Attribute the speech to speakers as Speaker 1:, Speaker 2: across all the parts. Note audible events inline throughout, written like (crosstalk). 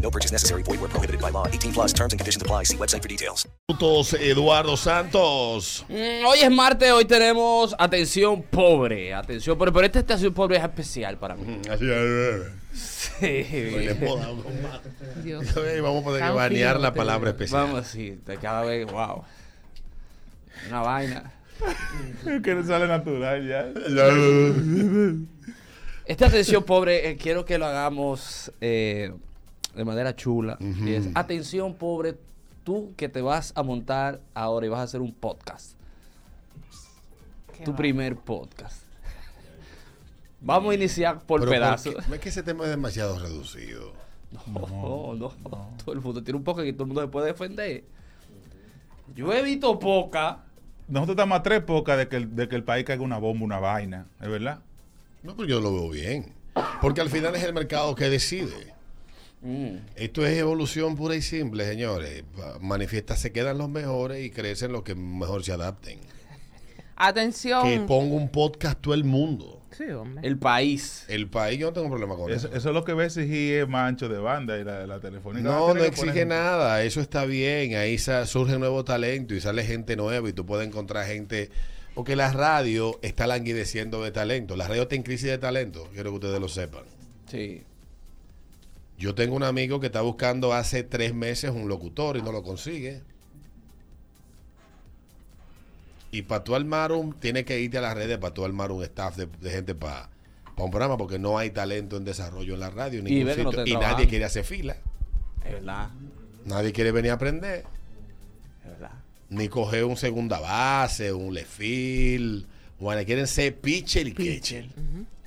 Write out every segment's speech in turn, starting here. Speaker 1: No purchase necessary. Void where prohibited by law. 18 plus terms and conditions apply. See website for details.
Speaker 2: Santos, Eduardo Santos.
Speaker 3: Mm, Hoy es martes, hoy tenemos atención pobre, atención pobre, pero esta estación pobre es especial para mí.
Speaker 2: Mm, Así,
Speaker 3: Sí.
Speaker 2: le moda, compadre.
Speaker 4: Dios.
Speaker 2: Ey, Vamos a poder
Speaker 4: Está un
Speaker 2: banear
Speaker 4: frío,
Speaker 2: la
Speaker 4: te
Speaker 2: palabra especial.
Speaker 3: Vamos, sí, de cada vez, wow. Una vaina.
Speaker 5: Que no sale natural ya.
Speaker 3: Esta atención pobre, eh, quiero que lo hagamos eh, de manera chula. y es, atención pobre, tú que te vas a montar ahora y vas a hacer un podcast. Tu primer podcast. Vamos a iniciar por
Speaker 2: Pero
Speaker 3: pedazos.
Speaker 2: ¿por qué? Es que ese tema es demasiado reducido.
Speaker 3: (laughs) No, no, Todo el mundo tiene un poca que todo el mundo se puede defender. Yo evito poca.
Speaker 5: Nosotros estamos a tres pocas de que, el, de que el país caiga una bomba, una vaina, ¿es verdad?
Speaker 2: No, pero yo lo veo bien. Porque al final es el mercado que decide.
Speaker 4: Mm.
Speaker 2: Esto es evolución pura y simple, señores. Pa- Manifiesta, se quedan los mejores y crecen los que mejor se adapten. Que
Speaker 4: Atención.
Speaker 2: ponga un podcast todo el mundo.
Speaker 4: Sí, hombre.
Speaker 3: El país.
Speaker 2: El país, yo no tengo problema con
Speaker 5: Eso,
Speaker 2: eso.
Speaker 5: eso es lo que ve exigir es mancho de banda y la, la telefónica. va a
Speaker 2: No,
Speaker 5: tener
Speaker 2: no
Speaker 5: que poner
Speaker 2: exige
Speaker 5: gente.
Speaker 2: nada, eso está bien, ahí sa- surge nuevo talento y sale gente nueva y tú puedes encontrar gente, porque la radio está languideciendo de talento, la radio está en crisis de talento, quiero que ustedes lo sepan.
Speaker 3: Sí.
Speaker 2: Yo tengo un amigo que está buscando hace tres meses un locutor y no lo consigue. Y para tú armar un, tiene que irte a las redes para tú armar un staff de, de gente para un programa, porque no hay talento en desarrollo en la radio, en
Speaker 3: Y
Speaker 2: ningún
Speaker 3: ve que no
Speaker 2: sitio.
Speaker 3: te
Speaker 2: y nadie
Speaker 3: trabajan.
Speaker 2: quiere hacer fila,
Speaker 3: Es verdad.
Speaker 2: nadie quiere venir a aprender.
Speaker 3: Es verdad.
Speaker 2: ni coger un segunda base, un left field. Bueno, quieren ser pitcher y catcher.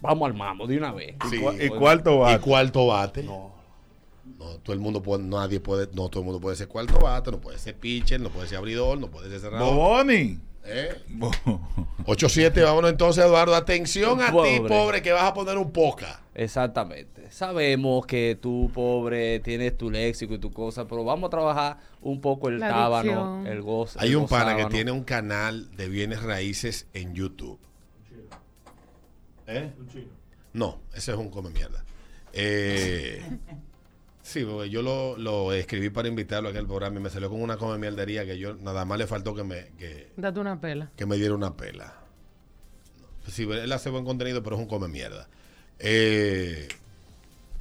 Speaker 3: Vamos al mambo de una vez.
Speaker 2: Sí.
Speaker 5: Y cuarto
Speaker 2: Y
Speaker 5: va.
Speaker 2: cuarto bate. No.
Speaker 3: No.
Speaker 2: todo el mundo puede, nadie puede, no todo el mundo puede ser cuarto bate, no puede ser pitcher, no puede ser abridor, no puede ser cerrador.
Speaker 5: Boboni.
Speaker 2: ¿Eh?
Speaker 5: Bo-
Speaker 2: 8-7, vámonos entonces, Eduardo. Atención a ti,
Speaker 3: Pobre.
Speaker 2: pobre, que vas a poner un poca.
Speaker 3: Exactamente. Sabemos que tú, pobre, tienes tu léxico y tu cosa, pero vamos a trabajar un poco el
Speaker 4: La
Speaker 3: tábano,
Speaker 4: dicción.
Speaker 3: el gozo.
Speaker 2: Hay un pana que tiene un canal de bienes raíces en YouTube. ¿Eh? No, ese es un come mierda. Eh, sí, porque yo lo, lo escribí para invitarlo a aquel programa y me salió con una come mierdería que yo nada más le faltó que me, que,
Speaker 4: Date una pela.
Speaker 2: que me diera una pela. Sí, él hace buen contenido, pero es un come mierda. Eh,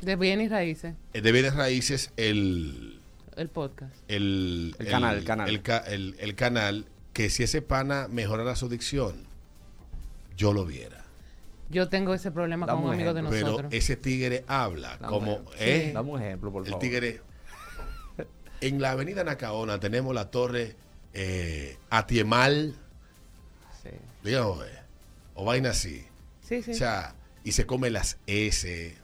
Speaker 4: De bienes raíces,
Speaker 2: de bienes raíces, el,
Speaker 4: el podcast.
Speaker 2: el,
Speaker 3: El canal, el canal.
Speaker 2: El, ca- el- el canal, que si ese pana mejorara su dicción, yo lo viera.
Speaker 4: Yo tengo ese problema
Speaker 3: Da
Speaker 4: con un
Speaker 3: un
Speaker 4: amigo de
Speaker 3: ejemplo.
Speaker 2: Pero
Speaker 4: nosotros.
Speaker 2: ese tigre habla como... ¿eh?
Speaker 3: Dame un ejemplo, por
Speaker 2: el
Speaker 3: favor.
Speaker 2: tigre... En la avenida Nacaona tenemos la torre eh, Atiemal,
Speaker 3: Sí.
Speaker 2: digamos, eh, o vaina así.
Speaker 4: Sí, sí.
Speaker 2: O sea, y se come las S.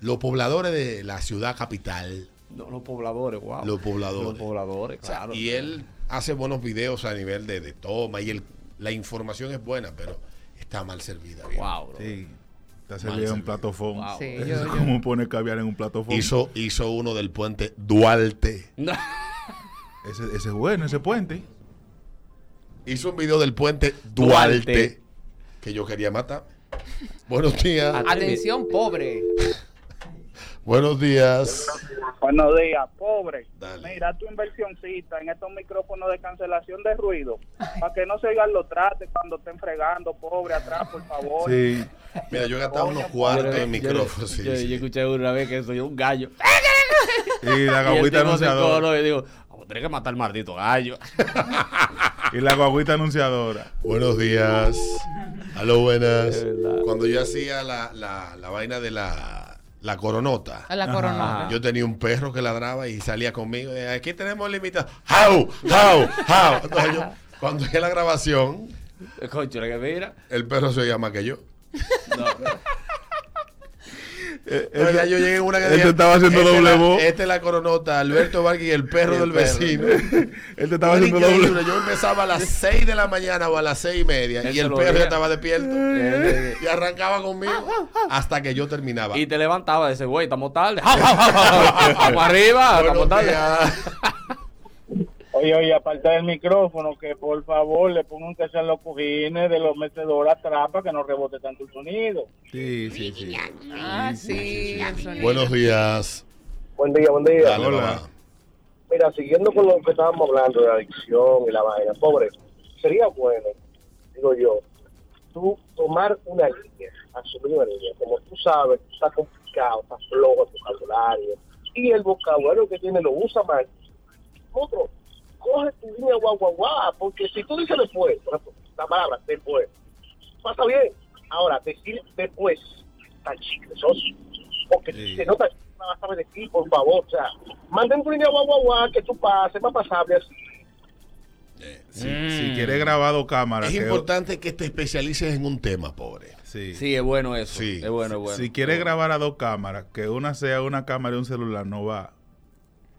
Speaker 2: Los pobladores de la ciudad capital,
Speaker 3: No, los pobladores, wow.
Speaker 2: Los pobladores.
Speaker 3: Los pobladores,
Speaker 2: O sea,
Speaker 3: claro.
Speaker 2: y él hace buenos videos a nivel de, de toma y él, la información es buena, pero está mal servida. viejo.
Speaker 3: Wow, bro.
Speaker 5: Sí. Te hace
Speaker 2: Mal
Speaker 5: bien un
Speaker 2: servido.
Speaker 5: platofón.
Speaker 3: Wow.
Speaker 4: Sí,
Speaker 5: Eso (laughs)
Speaker 4: yo-
Speaker 5: es
Speaker 4: yo-
Speaker 5: como poner caviar en un platofón.
Speaker 2: Hizo, hizo uno del puente Duarte.
Speaker 3: No.
Speaker 5: Ese, ese es bueno, ese puente.
Speaker 2: Hizo un video del puente Duarte,
Speaker 3: Duarte.
Speaker 2: que yo quería matar. Buenos días.
Speaker 4: Atención, pobre.
Speaker 2: Buenos días.
Speaker 6: Buenos días, pobre.
Speaker 2: Dale.
Speaker 6: Mira tu inversioncita en estos micrófonos de cancelación de ruido. Para que no se oigan los trates cuando estén fregando, pobre, atrás, por favor.
Speaker 5: Sí.
Speaker 2: Mira, yo he gastado unos cuartos en micrófono. sí,
Speaker 3: yo,
Speaker 2: sí.
Speaker 3: yo escuché una vez que soy un gallo.
Speaker 5: Y la
Speaker 3: (laughs) Y el
Speaker 5: gabuita
Speaker 3: tipo se
Speaker 5: anunciadora.
Speaker 3: coro y digo, vamos Tienes que matar al maldito gallo. (laughs)
Speaker 5: Y la guaguita anunciadora.
Speaker 2: Buenos días. Aló, buenas. Cuando yo hacía la, la, la vaina de la, la coronota,
Speaker 4: A la corona.
Speaker 2: yo tenía un perro que ladraba y salía conmigo. eh, Aquí tenemos limitado. ¡How! ¡How! ¡How! Entonces yo, cuando hice la grabación,
Speaker 3: Concho, que mira.
Speaker 2: el perro se oía más que yo.
Speaker 5: Eh,
Speaker 2: Entonces ya
Speaker 5: eh,
Speaker 2: yo llegué en una que
Speaker 5: Este
Speaker 2: decía,
Speaker 5: estaba haciendo
Speaker 2: "Esta
Speaker 5: doble
Speaker 2: es la-
Speaker 5: voz".
Speaker 2: Esta es la coronota, Alberto Vargas y el perro del vecino.
Speaker 5: (laughs) él te estaba
Speaker 2: Era
Speaker 5: haciendo
Speaker 2: increíble.
Speaker 5: doble.
Speaker 2: Yo empezaba a las 6 de la mañana o a las 6 y media
Speaker 3: Él
Speaker 2: y
Speaker 3: se
Speaker 2: el
Speaker 3: lo
Speaker 2: perro
Speaker 3: veía.
Speaker 2: ya estaba despierto
Speaker 3: Él-
Speaker 2: (laughs) y arrancaba conmigo hasta que yo terminaba.
Speaker 3: Y te levantaba de ese güey, estamos tarde. (laughs) ¡Ja, ja, ja,
Speaker 2: (laughs)
Speaker 3: ja, ja! Para arriba,
Speaker 2: Buenos
Speaker 3: estamos tarde.
Speaker 2: días.
Speaker 3: (laughs)
Speaker 6: Oye, oye, aparte del micrófono, que por favor le pongan que sean los cojines de los mecedores atrás para que no rebote tanto el sonido.
Speaker 5: Sí, sí, sí.
Speaker 4: Ah, sí, el sonido.
Speaker 2: Buenos días.
Speaker 7: Buen día, buen día.
Speaker 2: Dale,
Speaker 5: Hola.
Speaker 2: mamá.
Speaker 7: Mira, siguiendo con lo que estábamos hablando de la adicción y la vaina, pobre, sería bueno, digo yo, tú tomar una línea, asumir una línea. Como tú sabes, tú estás complicado, estás flojo en tu vocabulario, y el vocabulario que tiene lo usa mal. Otro, coge tu línea guau, guau, guau, porque si tú dices después, por ejemplo, la palabra después, pasa bien. Ahora, decir después, tan chicle, socio. Porque
Speaker 5: Sí.
Speaker 7: se nota que tú la vas a decir, por favor. O sea, mantén tu línea guau, guau, guau, que tú pases, más pasable así.
Speaker 5: Si,
Speaker 3: Mm.
Speaker 5: si quieres grabado cámara.
Speaker 2: Es
Speaker 5: que-
Speaker 2: importante que te especialices en un tema, pobre.
Speaker 5: Sí.
Speaker 3: Sí, es bueno eso.
Speaker 2: Sí.
Speaker 3: Es bueno, es bueno.
Speaker 5: Si quieres grabar a dos cámaras, que una sea una cámara y un celular, no va.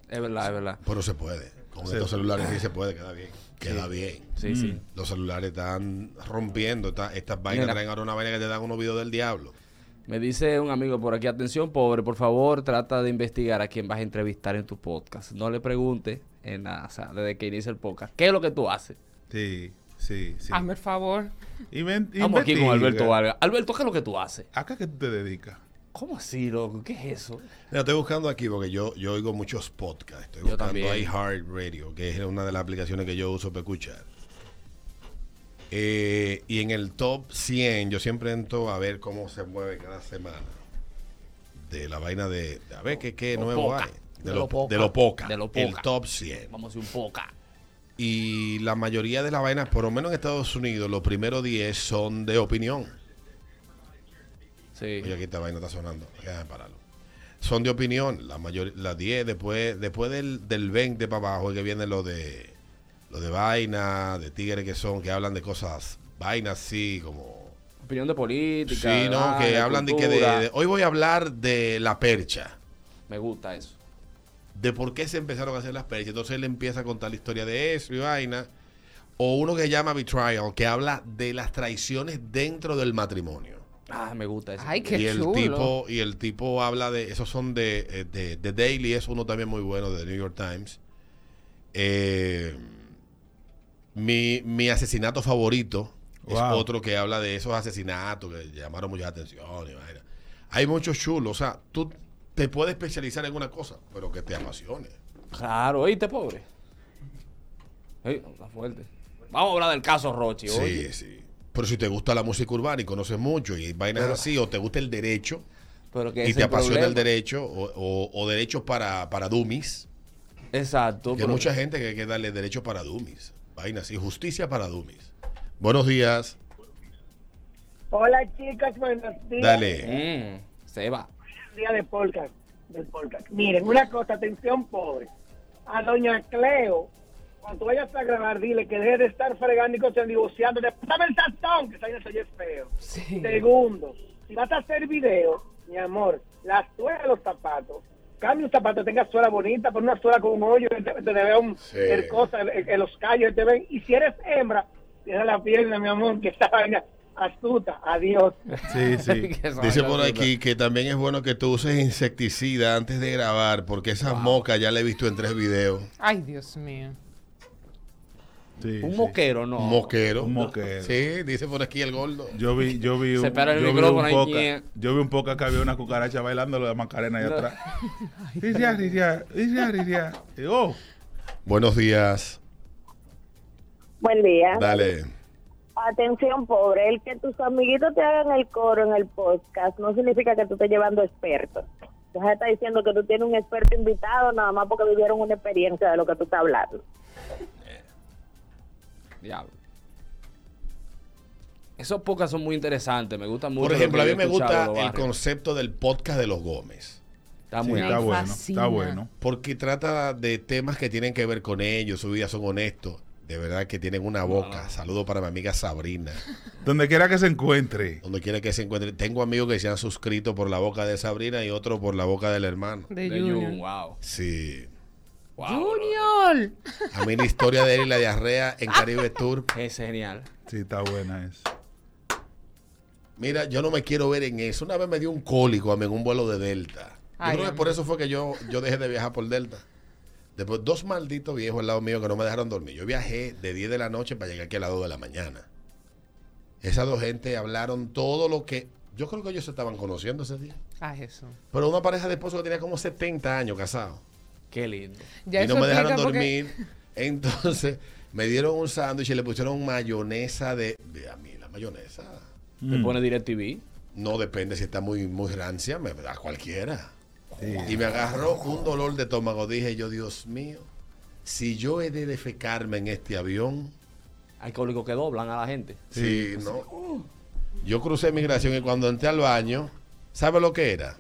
Speaker 3: Es verdad, es verdad.
Speaker 2: Pero se puede. Con
Speaker 5: Sí.
Speaker 2: estos celulares sí se puede, queda bien. Queda bien.
Speaker 3: Sí, sí.
Speaker 2: Los celulares están rompiendo esta- estas vainas.
Speaker 3: Mira.
Speaker 2: Traen ahora una vaina que te dan unos videos del diablo.
Speaker 3: Me dice un amigo por aquí, atención pobre, por favor trata de investigar a quién vas a entrevistar en tu podcast. No le pregunte en la, o sea, desde que inicia el podcast, ¿qué es lo que tú haces?
Speaker 5: Sí, sí, sí.
Speaker 4: Hazme el favor.
Speaker 5: Inven-
Speaker 3: Vamos aquí con
Speaker 5: investiga.
Speaker 3: Alberto Vargas. Alberto, ¿qué es lo que tú haces?
Speaker 5: ¿A qué que tú
Speaker 3: (laughs)
Speaker 5: te dedicas?
Speaker 3: ¿Cómo así, loco? ¿Qué es eso?
Speaker 2: Mira, estoy buscando aquí porque yo, yo oigo muchos podcasts. Estoy
Speaker 3: Yo
Speaker 2: buscando
Speaker 3: también.
Speaker 2: iHeartRadio, que es una de las aplicaciones que yo uso para escuchar. Eh, y en el top 100, yo siempre entro a ver cómo se mueve cada semana. De la vaina de. A ver qué, qué
Speaker 3: Lo
Speaker 2: nuevo
Speaker 3: poca.
Speaker 2: hay. De,
Speaker 3: De
Speaker 2: lo,
Speaker 3: lo poca.
Speaker 2: de lo poca.
Speaker 3: De lo
Speaker 2: El
Speaker 3: poca.
Speaker 2: top 100.
Speaker 3: Eh, Vamos a hacer un poca.
Speaker 2: Y la mayoría de las vainas, por lo menos en Estados Unidos, los primeros 10 son de opinión.
Speaker 3: Sí.
Speaker 2: Oye, aquí esta vaina está sonando. Déjame pararlo. Son de opinión. La mayor, las 10, después, después del, del 20 para abajo es que vienen los de los de vaina, de tigres que son, que hablan de cosas, vainas sí, como.
Speaker 3: Opinión de política.
Speaker 2: Sí, no,
Speaker 3: vaina,
Speaker 2: que hablan de que de-
Speaker 3: cultura.
Speaker 2: de- Hoy voy a hablar de la percha.
Speaker 3: Me gusta eso.
Speaker 2: De por qué se empezaron a hacer las perchas. Entonces él empieza a contar la historia de eso y vaina. O uno que se llama Betrayal, que habla de las traiciones dentro del matrimonio.
Speaker 3: Ah, me gusta eso.
Speaker 4: Ay, qué
Speaker 2: y el
Speaker 4: chulo.
Speaker 2: tipo y el tipo habla de esos son de, eh, de, de Daily es uno también muy bueno de The New York Times Eh, mi, mi asesinato favorito es
Speaker 5: Wow.
Speaker 2: otro que habla de esos asesinatos que llamaron mucha atención y vaina. hay muchos chulos o sea tú te puedes especializar en una cosa pero que te apasione
Speaker 3: Claro, oíste, pobre. Ey, está fuerte. Vamos a hablar del caso Rochi
Speaker 2: sí
Speaker 3: oye.
Speaker 2: sí pero si te gusta la música urbana y conoces mucho y vainas así o te gusta el derecho
Speaker 3: Pero que
Speaker 2: y
Speaker 3: es
Speaker 2: te
Speaker 3: el
Speaker 2: apasiona el
Speaker 3: problema.
Speaker 2: derecho o, o- o derechos para para dummies
Speaker 3: Exacto.
Speaker 2: Que hay mucha gente que hay que darle derecho para dummies. Vainas y justicia para dummies. Buenos días.
Speaker 7: Hola, chicas, buenos días.
Speaker 2: Dale.
Speaker 3: Mm, se va.
Speaker 7: día de podcast, del podcast. Miren, una cosa, atención pobre. A doña Cleo, cuando vayas a grabar, dile que deje de estar fregando y que se divorciando. de- Dame el saltón, que esa vaina se oye feo.
Speaker 4: Sí.
Speaker 7: Segundo, si vas a hacer video, mi amor, la suela de los zapatos. Cambia un zapato, tenga suela bonita, pon una suela con un hoyo, que te, te vea un
Speaker 2: Sí.
Speaker 7: el cosa, el- el- los callos te ven. Y si eres hembra, cierra la pierna, mi amor, que esa vaina astuta. Adiós.
Speaker 5: Sí, sí.
Speaker 3: Que esa
Speaker 2: Dice
Speaker 3: vaina
Speaker 2: por
Speaker 3: es
Speaker 2: aquí que también es bueno que tú uses insecticida antes de grabar, porque esas mocas ya la he visto en tres videos.
Speaker 4: Ay, Dios mío.
Speaker 5: sí,
Speaker 3: Un
Speaker 5: sí.
Speaker 3: moquero, no.
Speaker 2: Un mosquero.
Speaker 5: Un mosquero.
Speaker 2: Sí, dice por aquí el gordo.
Speaker 5: Yo vi, yo vi un,
Speaker 3: Separa el
Speaker 5: yo vi
Speaker 3: micrófono
Speaker 5: un
Speaker 3: ahí,
Speaker 5: poca-
Speaker 3: ñe.
Speaker 5: yo vi un poca que había una cucaracha bailando la macarena allá
Speaker 3: No. (laughs)
Speaker 5: atrás. Riria, riria, riria, riria. Y, oh,
Speaker 2: Buenos días.
Speaker 8: Buen día.
Speaker 2: Dale.
Speaker 8: Atención, pobre. El que tus amiguitos te hagan el coro en el podcast no significa que tú estés llevando expertos. Deja de estar diciendo que tú tienes un experto invitado nada más porque vivieron una experiencia de lo que tú estás hablando.
Speaker 3: Diablo. Esos podcasts son muy interesantes, me gustan mucho.
Speaker 2: Por
Speaker 3: lo
Speaker 2: ejemplo,
Speaker 3: que
Speaker 2: a
Speaker 3: yo
Speaker 2: mí
Speaker 3: he
Speaker 2: me
Speaker 3: escuchado
Speaker 2: gusta
Speaker 3: de los
Speaker 2: el
Speaker 3: barrios.
Speaker 2: concepto del podcast de los Gómez.
Speaker 3: Está
Speaker 5: Sí,
Speaker 3: muy
Speaker 5: está
Speaker 3: bien.
Speaker 5: bueno, está bueno.
Speaker 2: Porque trata de temas que tienen que ver con ellos, su vida son honestos. De verdad que tienen una boca. Saludo para mi amiga Sabrina.
Speaker 5: Donde quiera que se encuentre.
Speaker 2: Donde quiera que se encuentre. Tengo amigos que se han suscrito por la boca de Sabrina y otro por la boca del hermano.
Speaker 4: De
Speaker 3: De Jun,
Speaker 4: Junior.
Speaker 3: wow.
Speaker 2: Sí.
Speaker 3: wow
Speaker 4: ¡Junior!
Speaker 2: A mí la historia de él y la diarrea en Caribe Tour.
Speaker 3: bro. Es genial.
Speaker 5: Sí, está buena esa.
Speaker 2: Mira, yo no me quiero ver en eso. Una vez me dio un cólico a mí en un vuelo de Delta. Yo
Speaker 4: Ay,
Speaker 2: creo que
Speaker 4: Dios
Speaker 2: por
Speaker 4: mío.
Speaker 2: eso fue que yo, yo dejé de viajar por Delta. Después, dos malditos viejos al lado mío que no me dejaron dormir. Yo viajé de 10 de la noche para llegar aquí a las 2 de la mañana. Esas dos gente hablaron todo lo que. Yo creo que ellos se estaban conociendo ese día.
Speaker 4: Ah, Jesús.
Speaker 2: Pero una pareja de esposos que tenía como 70 años casados.
Speaker 3: Qué lindo.
Speaker 4: Ya
Speaker 2: y no
Speaker 4: eso
Speaker 2: me dejaron
Speaker 4: explica por qué-
Speaker 2: dormir. Entonces, me dieron un sándwich y le pusieron mayonesa de. de- a mí, la mayonesa.
Speaker 5: Mm.
Speaker 3: Me pone DirecTV.
Speaker 2: No depende si está muy, muy rancia, me da cualquiera. Y me agarró un dolor de estómago. Dije yo, Dios mío, si yo he de defecarme en este avión,
Speaker 3: Hay cólicos que doblan a la gente.
Speaker 2: sí, no. Yo crucé migración y cuando entré al baño, ¿sabe lo que era?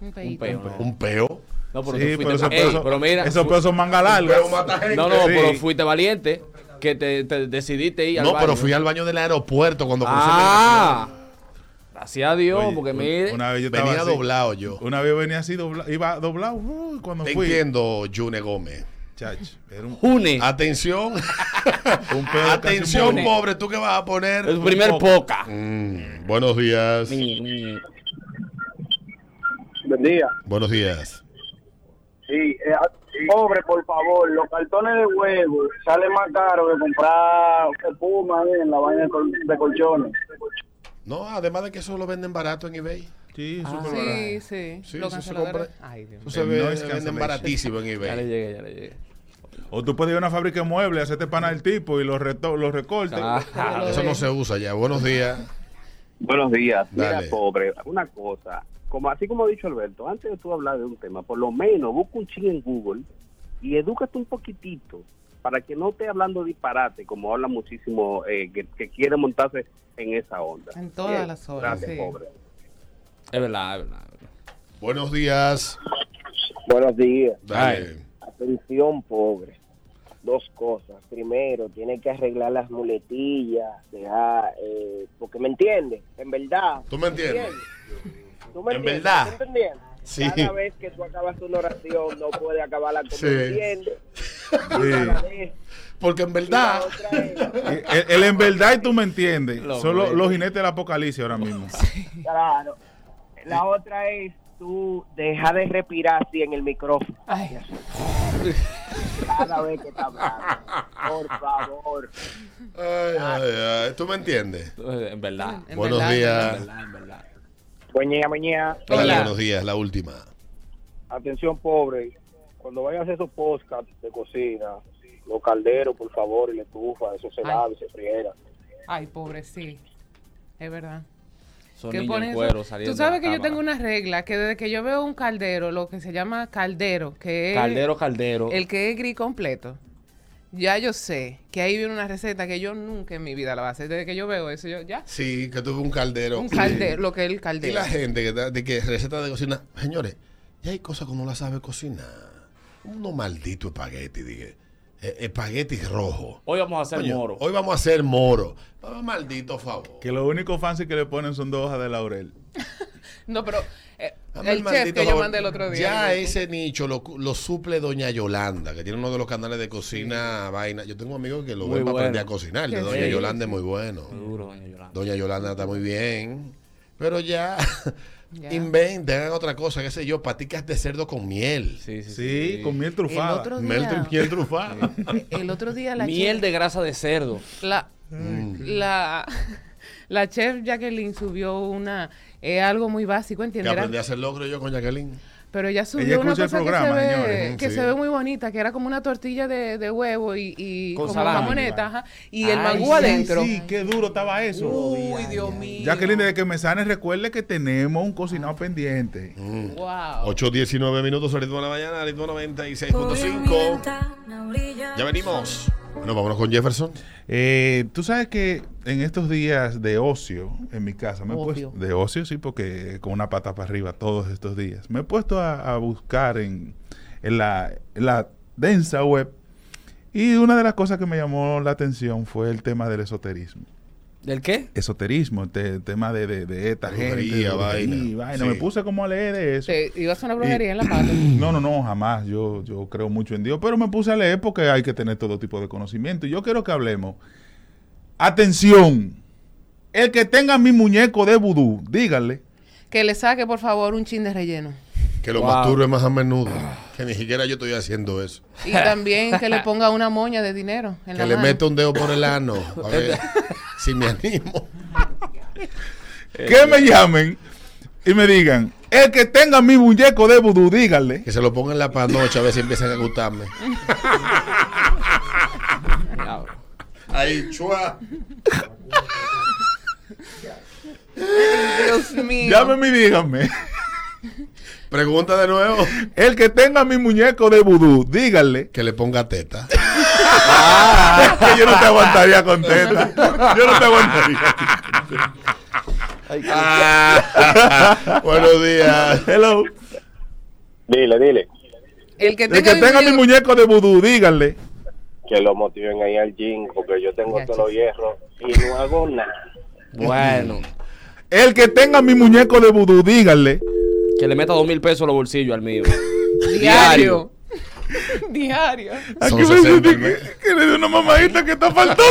Speaker 4: Un
Speaker 3: Un
Speaker 4: peito.
Speaker 3: peo. ¿no?
Speaker 2: Un peo.
Speaker 3: No, pero
Speaker 5: Sí,
Speaker 3: tú
Speaker 5: pero
Speaker 3: fuiste.
Speaker 5: esos
Speaker 3: Ey,
Speaker 5: pesos,
Speaker 3: pero mira.
Speaker 5: esos
Speaker 3: fu-
Speaker 5: pesos son manga larga.
Speaker 2: Pero mata gente.
Speaker 3: No, no,
Speaker 5: Sí.
Speaker 3: pero fuiste valiente. Que te, te decidiste ir al
Speaker 2: No,
Speaker 3: baño.
Speaker 2: pero fui al baño del aeropuerto cuando crucé
Speaker 3: Ah. Gracias a Dios,
Speaker 5: Oye,
Speaker 3: porque
Speaker 5: un-
Speaker 3: mire.
Speaker 5: Una vez yo
Speaker 2: migración.
Speaker 5: estaba
Speaker 2: Venía
Speaker 5: así.
Speaker 2: doblado yo.
Speaker 5: Una vez venía así, dobla- iba doblado. uh, cuando
Speaker 2: Te
Speaker 5: fui.
Speaker 2: entiendo, June Gómez.
Speaker 5: Chacho, era un,
Speaker 3: June.
Speaker 4: (laughs)
Speaker 5: un
Speaker 2: Atención.
Speaker 5: pedo casi un
Speaker 2: Atención,
Speaker 5: mono.
Speaker 2: pobre, tú que vas a poner.
Speaker 3: El primer poca.
Speaker 2: Mm, buenos días.
Speaker 7: Buen día.
Speaker 2: Buenos días.
Speaker 7: Sí, eh, ah, pobre, por favor, los cartones de huevo salen más caros que comprar espuma eh, en la vaina de, col- de colchones.
Speaker 2: No, además de que eso lo venden barato en eBay.
Speaker 5: Sí,
Speaker 3: Ah.
Speaker 5: súper barato.
Speaker 4: Sí, sí.
Speaker 2: Sí,
Speaker 4: Lo
Speaker 2: sí, se
Speaker 4: canceladores.
Speaker 2: compra-
Speaker 4: Ay, Dios mío.
Speaker 2: Eso se
Speaker 5: El
Speaker 2: ve-
Speaker 5: noise
Speaker 2: venden
Speaker 5: cancellation.
Speaker 2: baratísimo en eBay.
Speaker 3: Ya le llegué, ya le llegué.
Speaker 5: O tú puedes ir a una fábrica de muebles, hacerte pana del tipo y los, reto- los recortes.
Speaker 3: Ah,
Speaker 2: Eso no se usa ya. Buenos días.
Speaker 9: Buenos días.
Speaker 2: Dale.
Speaker 9: Mira, pobre, una cosa. Como así como ha dicho Alberto, antes de tú hablar de un tema, por lo menos busca un ching en Google y edúcate un poquitito para que no esté hablando disparate, como habla muchísimo eh, que, que quiere montarse en esa onda.
Speaker 4: En todas
Speaker 9: Bien,
Speaker 4: las olas,
Speaker 9: gracias,
Speaker 4: sí.
Speaker 9: pobre.
Speaker 3: Es verdad, es verdad. es verdad.
Speaker 2: Buenos días.
Speaker 9: Buenos días.
Speaker 2: Dale.
Speaker 9: Atención, pobre. Dos cosas. Primero, tiene que arreglar las muletillas, dejar, eh, porque me entiendes, en verdad.
Speaker 2: ¿Tú me entiendes?
Speaker 9: ¿Tú me
Speaker 2: En
Speaker 9: entiendes?
Speaker 2: verdad.
Speaker 9: ¿Tú entendiendo?
Speaker 2: Sí.
Speaker 9: Cada vez que tú acabas una oración, no puedes acabarla como
Speaker 2: Sí.
Speaker 9: entiendes.
Speaker 5: Sí.
Speaker 2: Porque en verdad.
Speaker 5: Él, él en verdad y tú me entiendes.
Speaker 3: Lo
Speaker 5: Son los,
Speaker 3: bueno.
Speaker 5: los jinetes del apocalipsis ahora mismo.
Speaker 9: Claro. La otra es tú deja de respirar así en el micrófono
Speaker 4: Ay,
Speaker 9: cada vez que estás hablando. Por favor.
Speaker 2: Ay, ay, ay. ¿Tú me entiendes?
Speaker 3: Eh, En verdad.
Speaker 4: en
Speaker 2: Buenos
Speaker 4: verdad,
Speaker 2: días.
Speaker 3: En verdad, en verdad.
Speaker 7: Buen día, buen día.
Speaker 2: Dale,
Speaker 4: Hola.
Speaker 2: buenos días. La última.
Speaker 7: Atención, pobre. Cuando vayan a hacer esos podcast de cocina, los calderos, por favor, y la estufa, eso se
Speaker 4: Ay.
Speaker 7: lava y se friera.
Speaker 4: Ay, pobre, sí. Es verdad.
Speaker 3: Son
Speaker 4: ¿Qué
Speaker 3: niños
Speaker 4: ponen
Speaker 3: en
Speaker 4: eso?
Speaker 3: cuero saliendo.
Speaker 4: Tú sabes
Speaker 3: de la
Speaker 4: que yo tengo
Speaker 3: cámara.
Speaker 4: una regla, que desde que yo veo un caldero, lo que se llama caldero, que es
Speaker 3: Caldero, caldero.
Speaker 4: el que es gris completo, ya yo sé que ahí viene una receta que yo nunca en mi vida la voy a hacer. Desde que yo veo eso, yo ya,
Speaker 2: Sí, que tuve un caldero.
Speaker 3: (laughs)
Speaker 4: un caldero, lo que es el
Speaker 2: Y
Speaker 4: caldero.
Speaker 2: la gente que, está- de que receta de cocina. Señores, ya hay cosas que uno la sabe cocinar. Uno maldito espagueti, dije. Eh, espagueti rojo.
Speaker 3: Hoy vamos a hacer
Speaker 2: Coño,
Speaker 3: moro.
Speaker 2: Hoy vamos a hacer moro. Ah, Maldito favor.
Speaker 5: Que lo único fancy que le ponen son dos hojas de laurel.
Speaker 4: No, pero eh,
Speaker 2: Dame
Speaker 4: el chef
Speaker 2: maldito
Speaker 4: que yo
Speaker 2: favor.
Speaker 4: mandé el otro día.
Speaker 2: Ya
Speaker 4: digo,
Speaker 2: ese nicho lo, cu- lo suple Doña Yolanda, que tiene uno de los canales de cocina vaina. Yo tengo amigos que lo
Speaker 3: Muy
Speaker 2: ven para
Speaker 3: bueno.
Speaker 2: aprender a cocinar. El de
Speaker 4: Qué
Speaker 2: Doña
Speaker 3: rico.
Speaker 2: Yolanda es muy bueno.
Speaker 3: Duro, doña Yolanda.
Speaker 2: Doña Yolanda está muy bien. Pero ya,
Speaker 4: Ya.
Speaker 2: (laughs) inventen, hagan otra cosa, qué sé yo, paticas de cerdo con miel.
Speaker 3: Sí, sí,
Speaker 5: Sí,
Speaker 3: sí.
Speaker 5: con miel
Speaker 4: El
Speaker 5: trufada.
Speaker 4: otro
Speaker 2: Miel,
Speaker 4: día,
Speaker 2: tru- miel trufada.
Speaker 4: el otro día
Speaker 3: (laughs)
Speaker 4: la
Speaker 3: Miel
Speaker 4: chef,
Speaker 3: de grasa de cerdo.
Speaker 4: la,
Speaker 2: Mm.
Speaker 4: la, (laughs) la chef Jacqueline subió una, eh, algo muy básico,
Speaker 2: que
Speaker 4: ¿entiendes? Era-
Speaker 2: aprendí a hacer logro yo con Jacqueline.
Speaker 4: Pero ella subió
Speaker 5: Ella
Speaker 4: una
Speaker 5: escucha
Speaker 4: cosa
Speaker 5: el
Speaker 4: que,
Speaker 5: programa,
Speaker 4: se ve,
Speaker 5: señores.
Speaker 4: que
Speaker 5: Sí.
Speaker 4: se ve muy bonita, que era como una tortilla de, de huevo y, y
Speaker 5: Con
Speaker 4: como
Speaker 5: salami.
Speaker 4: jamoneta, ajá, y el
Speaker 5: Ay,
Speaker 4: mangú
Speaker 5: sí,
Speaker 4: adentro.
Speaker 5: Sí, qué duro estaba eso. Uy, Dios mío. Jacqueline, eh. de que me sane, recuerde que tenemos un cocinado pendiente.
Speaker 4: Wow.
Speaker 2: 8.19 minutos, ritmo de la mañana, ritmo 96.5. Ya venimos. Bueno, vámonos con Jefferson.
Speaker 5: Eh, Tú sabes que en estos días de ocio en mi casa, me he
Speaker 2: Ocio.
Speaker 5: puesto, de ocio sí, porque con una pata para arriba todos estos días, me he puesto a, a buscar en, en la, en la densa web y una de las cosas que me llamó la atención fue el tema del esoterismo.
Speaker 3: ¿Del qué?
Speaker 5: Esoterismo, el te- tema de, de, de esta gente.
Speaker 2: Brujería,
Speaker 5: brujería,
Speaker 2: vaina.
Speaker 5: vaina.
Speaker 2: Sí.
Speaker 5: Me puse como a leer de eso.
Speaker 4: Te ibas a una brujería en la pata.
Speaker 5: (clears throat) No, no, no, jamás. Yo, yo creo mucho en Dios, pero me puse a leer porque hay que tener todo tipo de conocimiento. Y yo quiero que hablemos. Atención. El que tenga mi muñeco de vudú, díganle.
Speaker 4: Que le saque, por favor, un chin de relleno.
Speaker 2: Que lo
Speaker 5: Wow.
Speaker 2: masturbe más a menudo. Que ni siquiera yo estoy haciendo eso.
Speaker 4: Y también que le ponga una moña de dinero en
Speaker 2: Que
Speaker 4: la
Speaker 2: le
Speaker 4: mano.
Speaker 2: meta un dedo por el
Speaker 5: (laughs)
Speaker 2: ano. A ver si me animo.
Speaker 5: Que me llamen y me digan. El que tenga mi muñeco de vudú, díganle.
Speaker 2: Que se lo pongan en la panocha a ver si empiezan
Speaker 5: (laughs)
Speaker 2: a gustarme. Ahí, chua.
Speaker 5: (laughs)
Speaker 4: Dios mío.
Speaker 5: Llámenme y díganme.
Speaker 2: Pregunta de nuevo.
Speaker 5: El que tenga mi muñeco de vudú, díganle.
Speaker 2: Que le ponga teta.
Speaker 5: (laughs) que yo no te aguantaría con teta. Yo no te aguantaría. (laughs)
Speaker 2: Ah, buenos días.
Speaker 5: Hello.
Speaker 7: Dile, dile.
Speaker 4: El que
Speaker 5: El que tenga mi muñeco de vudú, díganle.
Speaker 7: Que lo motiven ahí al gym, porque yo tengo todos los hierros y no hago nada.
Speaker 3: Bueno.
Speaker 5: El que tenga mi muñeco de vudú, díganle.
Speaker 3: Que le meta dos mil pesos a los bolsillos al mío.
Speaker 4: Diario. (laughs) Diario.
Speaker 5: Aquí
Speaker 3: Son
Speaker 5: me
Speaker 3: 60
Speaker 5: sentí que, que le dio una mamadita que está (laughs) faltosa.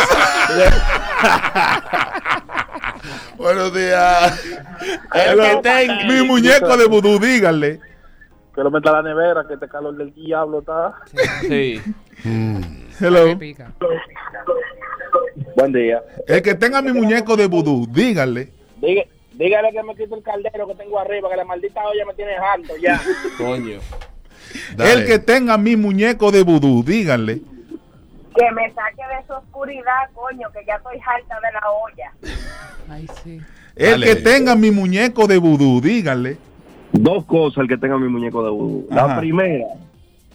Speaker 2: Buenos días.
Speaker 5: El que tenga mi muñeco de vudú, díganle.
Speaker 7: Que lo meta a la nevera, que este calor del diablo está.
Speaker 3: Sí.
Speaker 5: Hello.
Speaker 7: Buen día.
Speaker 5: El que tenga mi muñeco de vudú, díganle.
Speaker 7: Diga- dígale que me quite el caldero que tengo arriba, que la maldita olla me tiene harto ya.
Speaker 3: Coño.
Speaker 5: El que tenga mi muñeco de vudú, díganle.
Speaker 8: Que me saque de esa oscuridad, coño, que ya estoy harta de la olla.
Speaker 4: Ay, sí.
Speaker 5: El
Speaker 9: Dale.
Speaker 5: que tenga mi muñeco de vudú, díganle.
Speaker 9: (laughs) Dos cosas el que tenga mi muñeco de vudú.
Speaker 5: Ajá.
Speaker 9: La primera,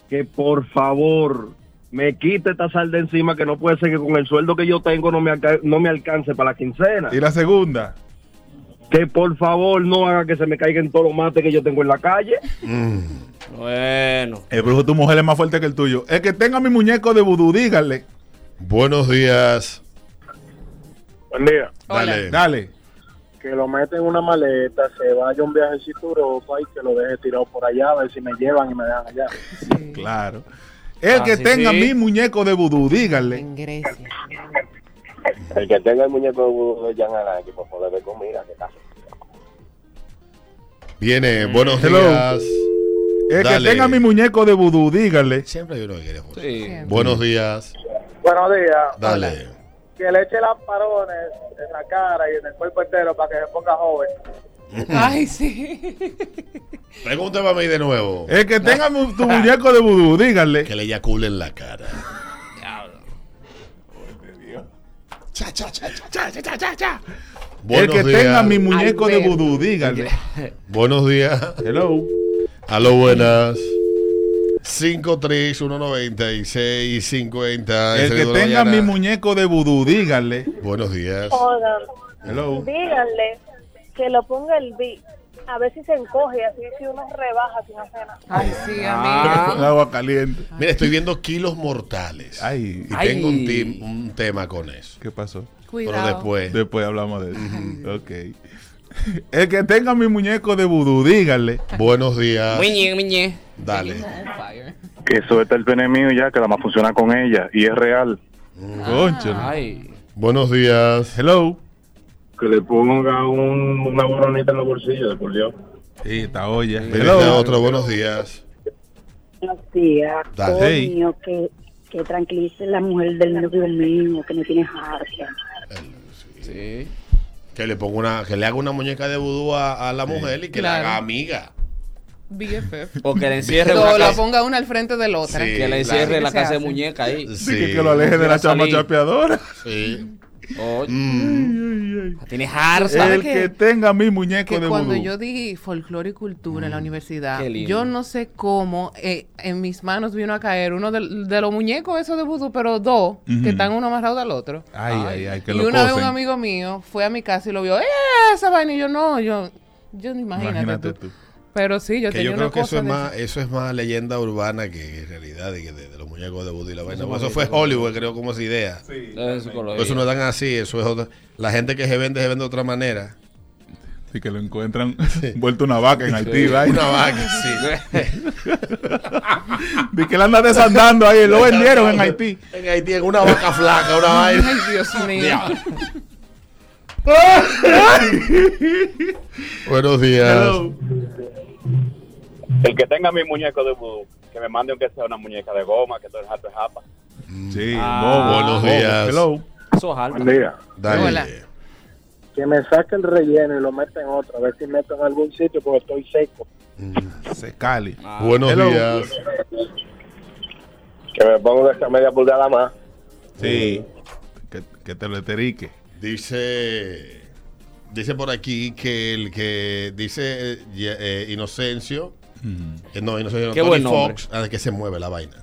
Speaker 9: que por favor me quite esta sal de encima, que no puede ser que con el sueldo que yo tengo no me, alca- no me alcance para la quincena.
Speaker 5: Y la segunda.
Speaker 9: Que por favor no haga que se me caigan todos los mates que yo tengo en la calle.
Speaker 3: Bueno.
Speaker 5: El brujo de tu mujer es más fuerte que el tuyo. El que tenga mi muñeco de vudú, díganle.
Speaker 2: Buenos días.
Speaker 7: Buen día.
Speaker 2: Dale.
Speaker 5: Dale.
Speaker 7: Que lo meta en una maleta, se vaya un viajecito a Europa y que lo deje tirado por allá, a ver si me llevan y me dejan allá.
Speaker 5: Claro. El que
Speaker 7: Así
Speaker 5: tenga
Speaker 7: sí.
Speaker 5: mi muñeco de vudú, díganle.
Speaker 4: En Grecia.
Speaker 7: El que tenga el muñeco de vudú de Jan Alain, que por favor le dé comida, que está
Speaker 2: Viene, buenos
Speaker 5: Mm. Hello.
Speaker 2: días.
Speaker 5: El
Speaker 2: Dale.
Speaker 5: que tenga mi muñeco de vudú, díganle.
Speaker 2: Siempre hay uno que quiere joder. Buenos días.
Speaker 7: Buenos días.
Speaker 2: Dale.
Speaker 7: Que le eche lamparones en la cara y en el cuerpo entero para que se ponga joven.
Speaker 4: Ay, sí.
Speaker 2: Pregúntame a mí de nuevo.
Speaker 5: El que tenga mu- tu muñeco de vudú, díganle.
Speaker 2: Que le eyacule en la cara.
Speaker 10: Cha, cha, cha, cha, cha, cha, cha, cha, cha.
Speaker 5: El
Speaker 2: Buenos
Speaker 5: que
Speaker 2: días.
Speaker 5: tenga mi muñeco de
Speaker 10: Alberto.
Speaker 5: vudú, díganle.
Speaker 2: Buenos días.
Speaker 5: Hello.
Speaker 2: Aló, buenas. 5319650.
Speaker 5: El que tenga mi muñeco de vudú, díganle.
Speaker 2: Buenos días.
Speaker 8: Oigan,
Speaker 5: Hello.
Speaker 8: díganle que lo ponga el B. A ver si se encoge, así si uno rebaja, si no cena.
Speaker 4: Ay, sí,
Speaker 2: Ah.
Speaker 5: Con agua caliente.
Speaker 2: Mira, estoy viendo kilos mortales.
Speaker 5: Ay.
Speaker 2: Y tengo un, tim- un tema con eso.
Speaker 5: ¿Qué pasó?
Speaker 2: Pero después.
Speaker 5: Después hablamos de eso. ok. (laughs) El que tenga mi muñeco de vudú, díganle.
Speaker 2: Buenos días.
Speaker 3: Miñe, miñe.
Speaker 2: Dale.
Speaker 11: Que suelta el pene mío ya, que la más funciona con ella y es real.
Speaker 5: Concho.
Speaker 2: Buenos días.
Speaker 5: Hello.
Speaker 7: Que le ponga un, una boronita en los bolsillos, por Dios.
Speaker 5: Sí, está olla.
Speaker 2: Viene acá otro, buenos días.
Speaker 8: Buenos días,
Speaker 2: Dale.
Speaker 8: coño, que, que tranquilice la mujer del novio del niño, que me tiene harta.
Speaker 3: Sí.
Speaker 2: Que le ponga una, que le haga una muñeca de vudú a, a la mujer y que la haga amiga.
Speaker 4: BFF.
Speaker 3: O que le encierre
Speaker 4: No,
Speaker 3: una
Speaker 4: la
Speaker 3: casa-
Speaker 4: ponga una al frente de la otra.
Speaker 3: que le cierre la
Speaker 4: ¿Qué se
Speaker 3: casa de
Speaker 4: hace?
Speaker 3: muñeca ahí.
Speaker 5: Sí, que- que lo aleje de la
Speaker 4: (laughs)
Speaker 5: chama chapeadora.
Speaker 2: Sí. Mm.
Speaker 4: Mm.
Speaker 3: Tienes
Speaker 4: ¿Sabe
Speaker 5: El
Speaker 4: qué?
Speaker 5: que tenga mi muñeco
Speaker 4: que
Speaker 5: de
Speaker 4: cuando
Speaker 5: vudú.
Speaker 4: yo di folclore y cultura en
Speaker 3: Mm.
Speaker 4: la universidad,
Speaker 5: qué lindo.
Speaker 4: yo no sé cómo eh, en mis manos vino a caer uno del- de, los muñecos esos de vudú, pero dos,
Speaker 5: Ujú.
Speaker 4: que están uno amarrado al otro.
Speaker 5: Ay, ay, ay, que
Speaker 4: y
Speaker 5: lo
Speaker 4: una vez un
Speaker 5: cosen.
Speaker 4: amigo mío fue a mi casa y lo vio, ¡eh, esa vaina! Y yo, no, yo, yo, imagínate,
Speaker 2: Imagínate
Speaker 4: tú. Pero sí, yo
Speaker 2: que
Speaker 4: tenía
Speaker 2: yo
Speaker 4: una
Speaker 2: creo que eso
Speaker 4: cosa
Speaker 2: es,
Speaker 4: de
Speaker 2: más, eso es más leyenda urbana que en realidad de, de- de los muñecos de Woody y la vaina.
Speaker 3: Eso
Speaker 2: Pues Eso,
Speaker 3: es
Speaker 2: fue
Speaker 3: bonito.
Speaker 2: Hollywood, creo, como esa idea.
Speaker 3: Es psicología.
Speaker 2: Eso no dan así, eso es otra. La gente que se vende, se vende de otra manera.
Speaker 5: Y que
Speaker 4: (laughs)
Speaker 5: lo encuentran vuelto una vaca en Haití,
Speaker 2: Sí,
Speaker 5: vaina.
Speaker 2: Una vaca,
Speaker 3: (laughs)
Speaker 2: sí.
Speaker 5: (laughs) Di que la anda desandando
Speaker 4: (laughs)
Speaker 5: ahí, lo vendieron en Haití.
Speaker 2: En Haití, en una vaca flaca, una vaina.
Speaker 4: Ay, Dios mío.
Speaker 2: Diablo. Buenos días.
Speaker 12: El que tenga mi muñeco de vudú, que me mande aunque sea una muñeca de goma, que todo el jato es japa.
Speaker 5: Sí,
Speaker 12: Ah,
Speaker 5: bobo,
Speaker 12: buenos
Speaker 5: bobo,
Speaker 12: días.
Speaker 5: hello.
Speaker 7: Buen día.
Speaker 2: Dale.
Speaker 7: Que me saque el relleno y lo meta en otro, a ver si meto en algún sitio porque estoy seco.
Speaker 5: Se cali.
Speaker 2: Buenos
Speaker 5: Hello.
Speaker 2: días.
Speaker 7: Que me pongo esa media pulgada más.
Speaker 5: Sí. Que, que te lo eterique.
Speaker 2: Dice, dice por aquí que el que dice eh, ya- eh, Inocencio, eh, no, Inocencio, no,
Speaker 3: Qué
Speaker 2: Tony
Speaker 3: buen nombre.
Speaker 2: Fox, al que se mueve la vaina.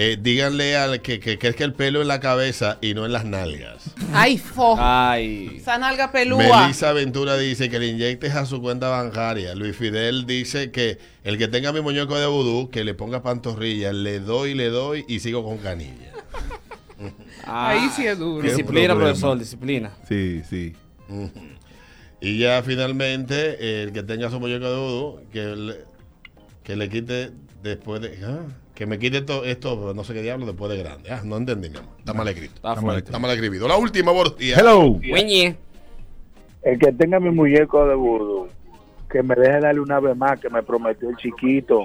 Speaker 2: Eh, díganle al que, que crezca el pelo en la cabeza y no en las nalgas.
Speaker 4: ¡Ay, fo!
Speaker 3: Ah. Ay.
Speaker 4: Esa nalga pelúa.
Speaker 2: Melissa Ventura dice que le inyectes a su cuenta bancaria. Luis Fidel dice que el que tenga mi muñeco de vudú, que le ponga pantorrillas, le doy, le doy y sigo con canilla.
Speaker 4: Ahí sí es duro.
Speaker 3: ah, Disciplina,
Speaker 2: problema.
Speaker 3: profesor, disciplina.
Speaker 5: Sí, sí.
Speaker 2: Y ya finalmente, eh, el que tenga su muñeco de vudú, que le, que le quite después de. ah, que me quite to- esto, pero no sé qué diablo, después de grande. Ah, no entendí, mi amor. Está mal escrito.
Speaker 3: Está
Speaker 2: mal,
Speaker 3: fuerte.
Speaker 2: está mal escribido. La última, por día.
Speaker 5: Hello.
Speaker 7: El que tenga mi muñeco de vudú, que me deje darle una vez más, que me prometió el chiquito.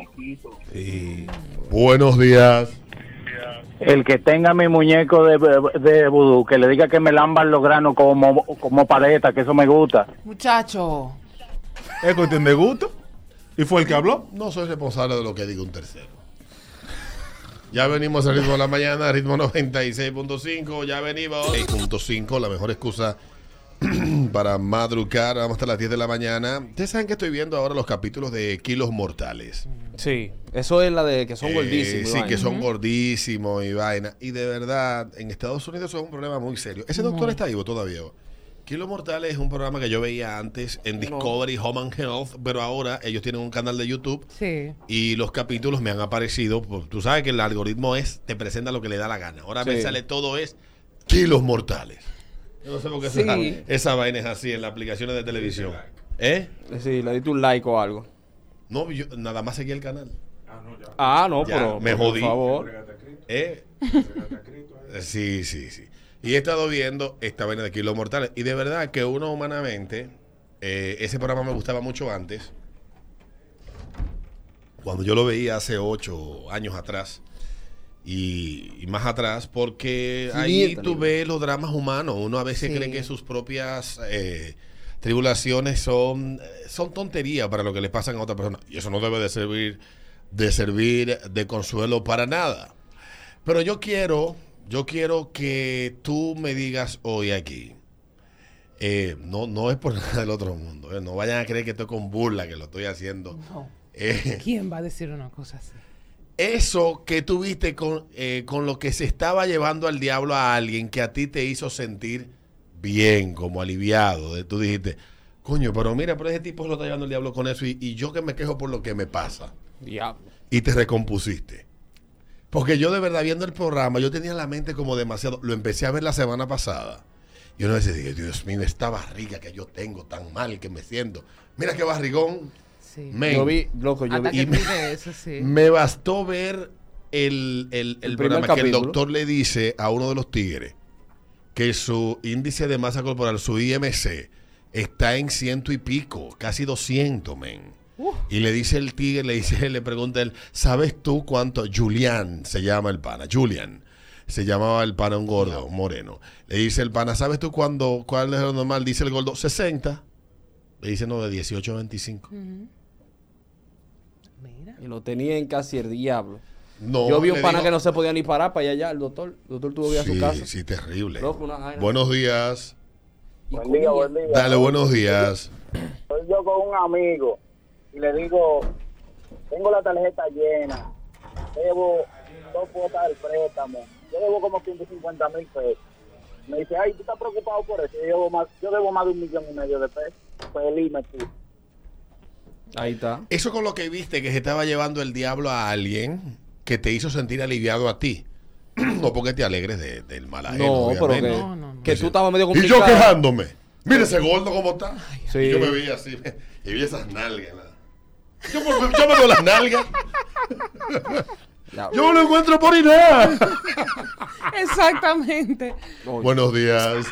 Speaker 2: Buenos días.
Speaker 7: El que tenga mi muñeco de, de vudú, que le diga que me lamban los granos como, como paleta, que eso me gusta.
Speaker 4: Muchacho.
Speaker 5: Es cuestión de gusto. ¿Y fue el que habló?
Speaker 2: No soy responsable de lo que diga un tercero. Ya venimos al ritmo de la mañana, ritmo 96.5, ya venimos. 6.5, la mejor excusa (clears throat) para madrugar. Vamos hasta las 10 de la mañana. Ustedes saben que estoy viendo ahora los capítulos de Kilos Mortales.
Speaker 3: Sí, eso es la de que son
Speaker 2: Eh,
Speaker 3: gordísimos.
Speaker 2: Sí,
Speaker 3: Iván.
Speaker 2: que son gordísimos y vaina. Y de verdad, en Estados Unidos eso es un problema muy serio. Ese doctor
Speaker 3: Muy.
Speaker 2: está vivo todavía. Kilo Mortales es un programa que yo veía antes en Discovery Home and Health, pero ahora ellos tienen un canal de YouTube
Speaker 4: Sí.
Speaker 2: y los capítulos me han aparecido. por- Tú sabes que el algoritmo es, te presenta lo que le da la gana. Ahora me
Speaker 3: Sí.
Speaker 2: sale todo es kilos mortales. Yo no sé por qué
Speaker 3: Sí.
Speaker 2: esa, esa vaina es así en las aplicaciones de televisión. ¿Eh?
Speaker 3: Sí, le diste un like o algo.
Speaker 2: No, yo nada más seguí el canal.
Speaker 3: Ah, no,
Speaker 2: Ya,
Speaker 3: pero.
Speaker 2: me
Speaker 3: por
Speaker 2: jodí.
Speaker 3: favor.
Speaker 2: ¿Eh? Sí, sí, sí. Y he estado viendo esta vaina de Kilos Mortales. Y de verdad que uno humanamente, eh, ese programa me gustaba mucho antes. Cuando yo lo veía hace ocho años atrás. Y, y más atrás, porque
Speaker 3: Sí,
Speaker 2: ahí
Speaker 3: también.
Speaker 2: tú ves los dramas humanos. Uno a veces
Speaker 3: Sí.
Speaker 2: cree que sus propias eh, tribulaciones son, son tonterías para lo que le pasan a otra persona. Y eso no debe de servir de servir de consuelo para nada. Pero yo quiero, yo quiero que tú me digas hoy aquí. eh, no, no es por (laughs) nada del otro mundo. eh, no vayan a creer que estoy con burla, que lo estoy haciendo.
Speaker 4: No.
Speaker 2: Eh,
Speaker 4: ¿Quién va a decir una cosa así?
Speaker 2: eso que tuviste con, eh, con lo que se estaba llevando al diablo a alguien que a ti te hizo sentir bien, como aliviado. de- Tú dijiste, coño, pero mira, pero ese tipo se lo está llevando el diablo con eso y, y yo que me quejo por lo que me pasa.
Speaker 3: Diablo.
Speaker 2: Y te recompusiste. Porque yo de verdad viendo el programa, yo tenía la mente como demasiado. Lo empecé a ver la semana pasada. Y una vez dije, Dios mío, esta barriga que yo tengo tan mal que me siento. Mira qué barrigón.
Speaker 4: Sí.
Speaker 2: Men.
Speaker 3: Yo vi, loco, yo vi.
Speaker 2: Y me-
Speaker 4: eso, sí.
Speaker 2: me bastó ver el, el- el
Speaker 3: El primer
Speaker 2: programa que el
Speaker 3: capítulo.
Speaker 2: doctor le dice a uno de los tigres que su índice de masa corporal, su IMC, está en ciento y pico, casi 200, men. Y le dice el tigre, le dice, (laughs) le pregunta él, ¿sabes tú cuánto? Julián se llama el pana, Julián. Se llamaba el pana un gordo, un moreno. Le dice el pana, ¿sabes tú cuándo, cuál es lo normal? Dice el gordo, 60. Le dice, no, de 18 a 25.
Speaker 3: Y lo tenía en casi el diablo.
Speaker 2: No,
Speaker 3: Yo vi
Speaker 2: le
Speaker 3: un pana
Speaker 2: digo-
Speaker 3: que no se podía ni parar para allá, allá el doctor. El doctor tuvo que ir a
Speaker 2: Sí,
Speaker 3: su casa.
Speaker 2: sí, terrible.
Speaker 3: Loco, una vaina.
Speaker 2: Buenos días.
Speaker 7: Buen día, buen día.
Speaker 2: Dale, buenos días.
Speaker 7: Estoy yo con un amigo y le digo, tengo la tarjeta llena, debo dos cuotas del préstamo, yo debo como 150 mil pesos. Me dice, ay, tú estás preocupado por eso, yo debo más, yo debo más de un millón y medio de pesos. Feliz me puse.
Speaker 3: Ahí está.
Speaker 2: Eso con lo que viste que se estaba llevando el diablo a alguien que te hizo sentir aliviado a ti. (clears throat) no porque te alegres de- del mal ajeno,
Speaker 3: No, pero
Speaker 2: obviamente.
Speaker 3: que- que tú estabas medio
Speaker 2: Y yo
Speaker 3: complicado.
Speaker 2: quejándome. Mira ese gordo como está.
Speaker 3: Sí.
Speaker 2: Y yo me veía así. Y vi esas nalgas. ¿no? Yo, me- yo me veo las nalgas. yo me lo encuentro por idea.
Speaker 4: Exactamente.
Speaker 2: Buenos días.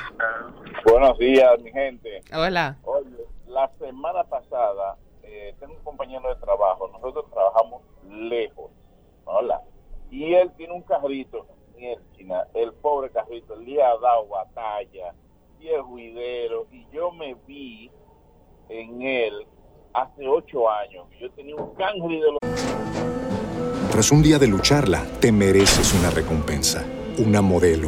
Speaker 13: Buenos días, mi gente.
Speaker 4: Hola.
Speaker 13: Oye, la semana pasada eh, tengo un compañero de trabajo, nosotros trabajamos lejos, hola, y él tiene un carrito, mierda, el pobre carrito le ha dado batalla, y es juidero, y yo me vi en él hace ocho años, yo tenía un cangre de los...
Speaker 14: Tras un día de lucharla, te mereces una recompensa, una modelo,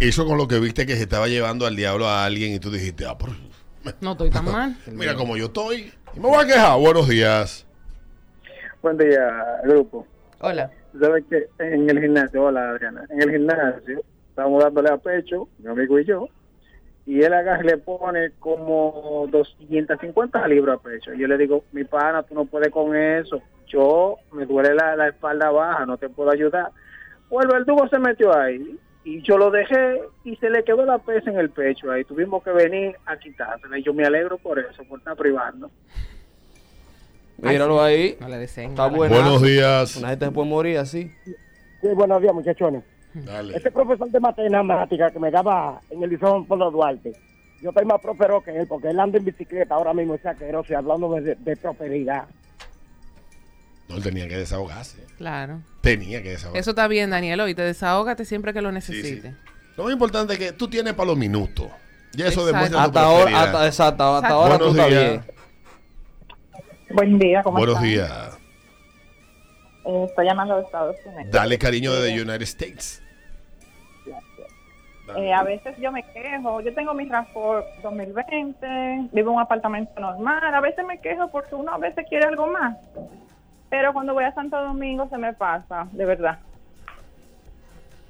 Speaker 2: Eso con lo que viste que se estaba llevando al diablo a alguien y tú dijiste, ah, por...
Speaker 4: No estoy tan mal.
Speaker 2: mira como yo estoy. Y me voy a quejar. Buenos días.
Speaker 7: Buen día, grupo.
Speaker 4: Hola.
Speaker 7: ¿Sabes que En el gimnasio, hola Adriana, en el gimnasio estamos dándole a pecho, mi amigo y yo, y él agarra y le pone como 250 libras a pecho. Y yo le digo, mi pana, tú no puedes con eso, yo me duele la, la espalda baja, no te puedo ayudar. Pues el verdugo se metió ahí y yo lo dejé y se le quedó la pesa en el pecho ahí. Tuvimos que venir a quitársela y yo me alegro por eso, por estar privando.
Speaker 3: Míralo ahí.
Speaker 4: No le deseen.
Speaker 3: Está
Speaker 4: mala.
Speaker 3: buena.
Speaker 2: Buenos días.
Speaker 3: Una gente se puede morir así.
Speaker 15: Sí, buenos días, muchachones.
Speaker 2: Dale.
Speaker 15: Este profesor de matemática que me daba en el Liceo Polo Duarte, yo estoy más próspero que él, porque él anda en bicicleta ahora mismo, ese asqueroso, y hablando de, de prosperidad.
Speaker 2: No, él tenía que desahogarse.
Speaker 4: Claro.
Speaker 2: Tenía que desahogarse.
Speaker 4: Eso está bien, Daniel. Hoy te desahógate siempre que lo
Speaker 2: Sí, sí.
Speaker 4: necesites.
Speaker 2: Lo más importante es que tú tienes para los minutos. Y
Speaker 4: Exacto.
Speaker 2: eso demuestra tu
Speaker 3: Hasta ahora-
Speaker 2: prosperidad.
Speaker 3: hasta- exacto, hasta ahora
Speaker 2: Buenos
Speaker 3: tú estás
Speaker 2: días.
Speaker 3: bien.
Speaker 16: Buen día, ¿cómo
Speaker 2: Buenos
Speaker 16: están?
Speaker 2: días.
Speaker 16: Eh, estoy llamando de Estados Unidos.
Speaker 2: Dale cariño de the United States.
Speaker 16: Eh, a veces yo me quejo, yo tengo mi RAFOR 2020, vivo en un apartamento normal, a veces me quejo porque uno a veces quiere algo más, pero cuando voy a Santo Domingo se me pasa, de verdad.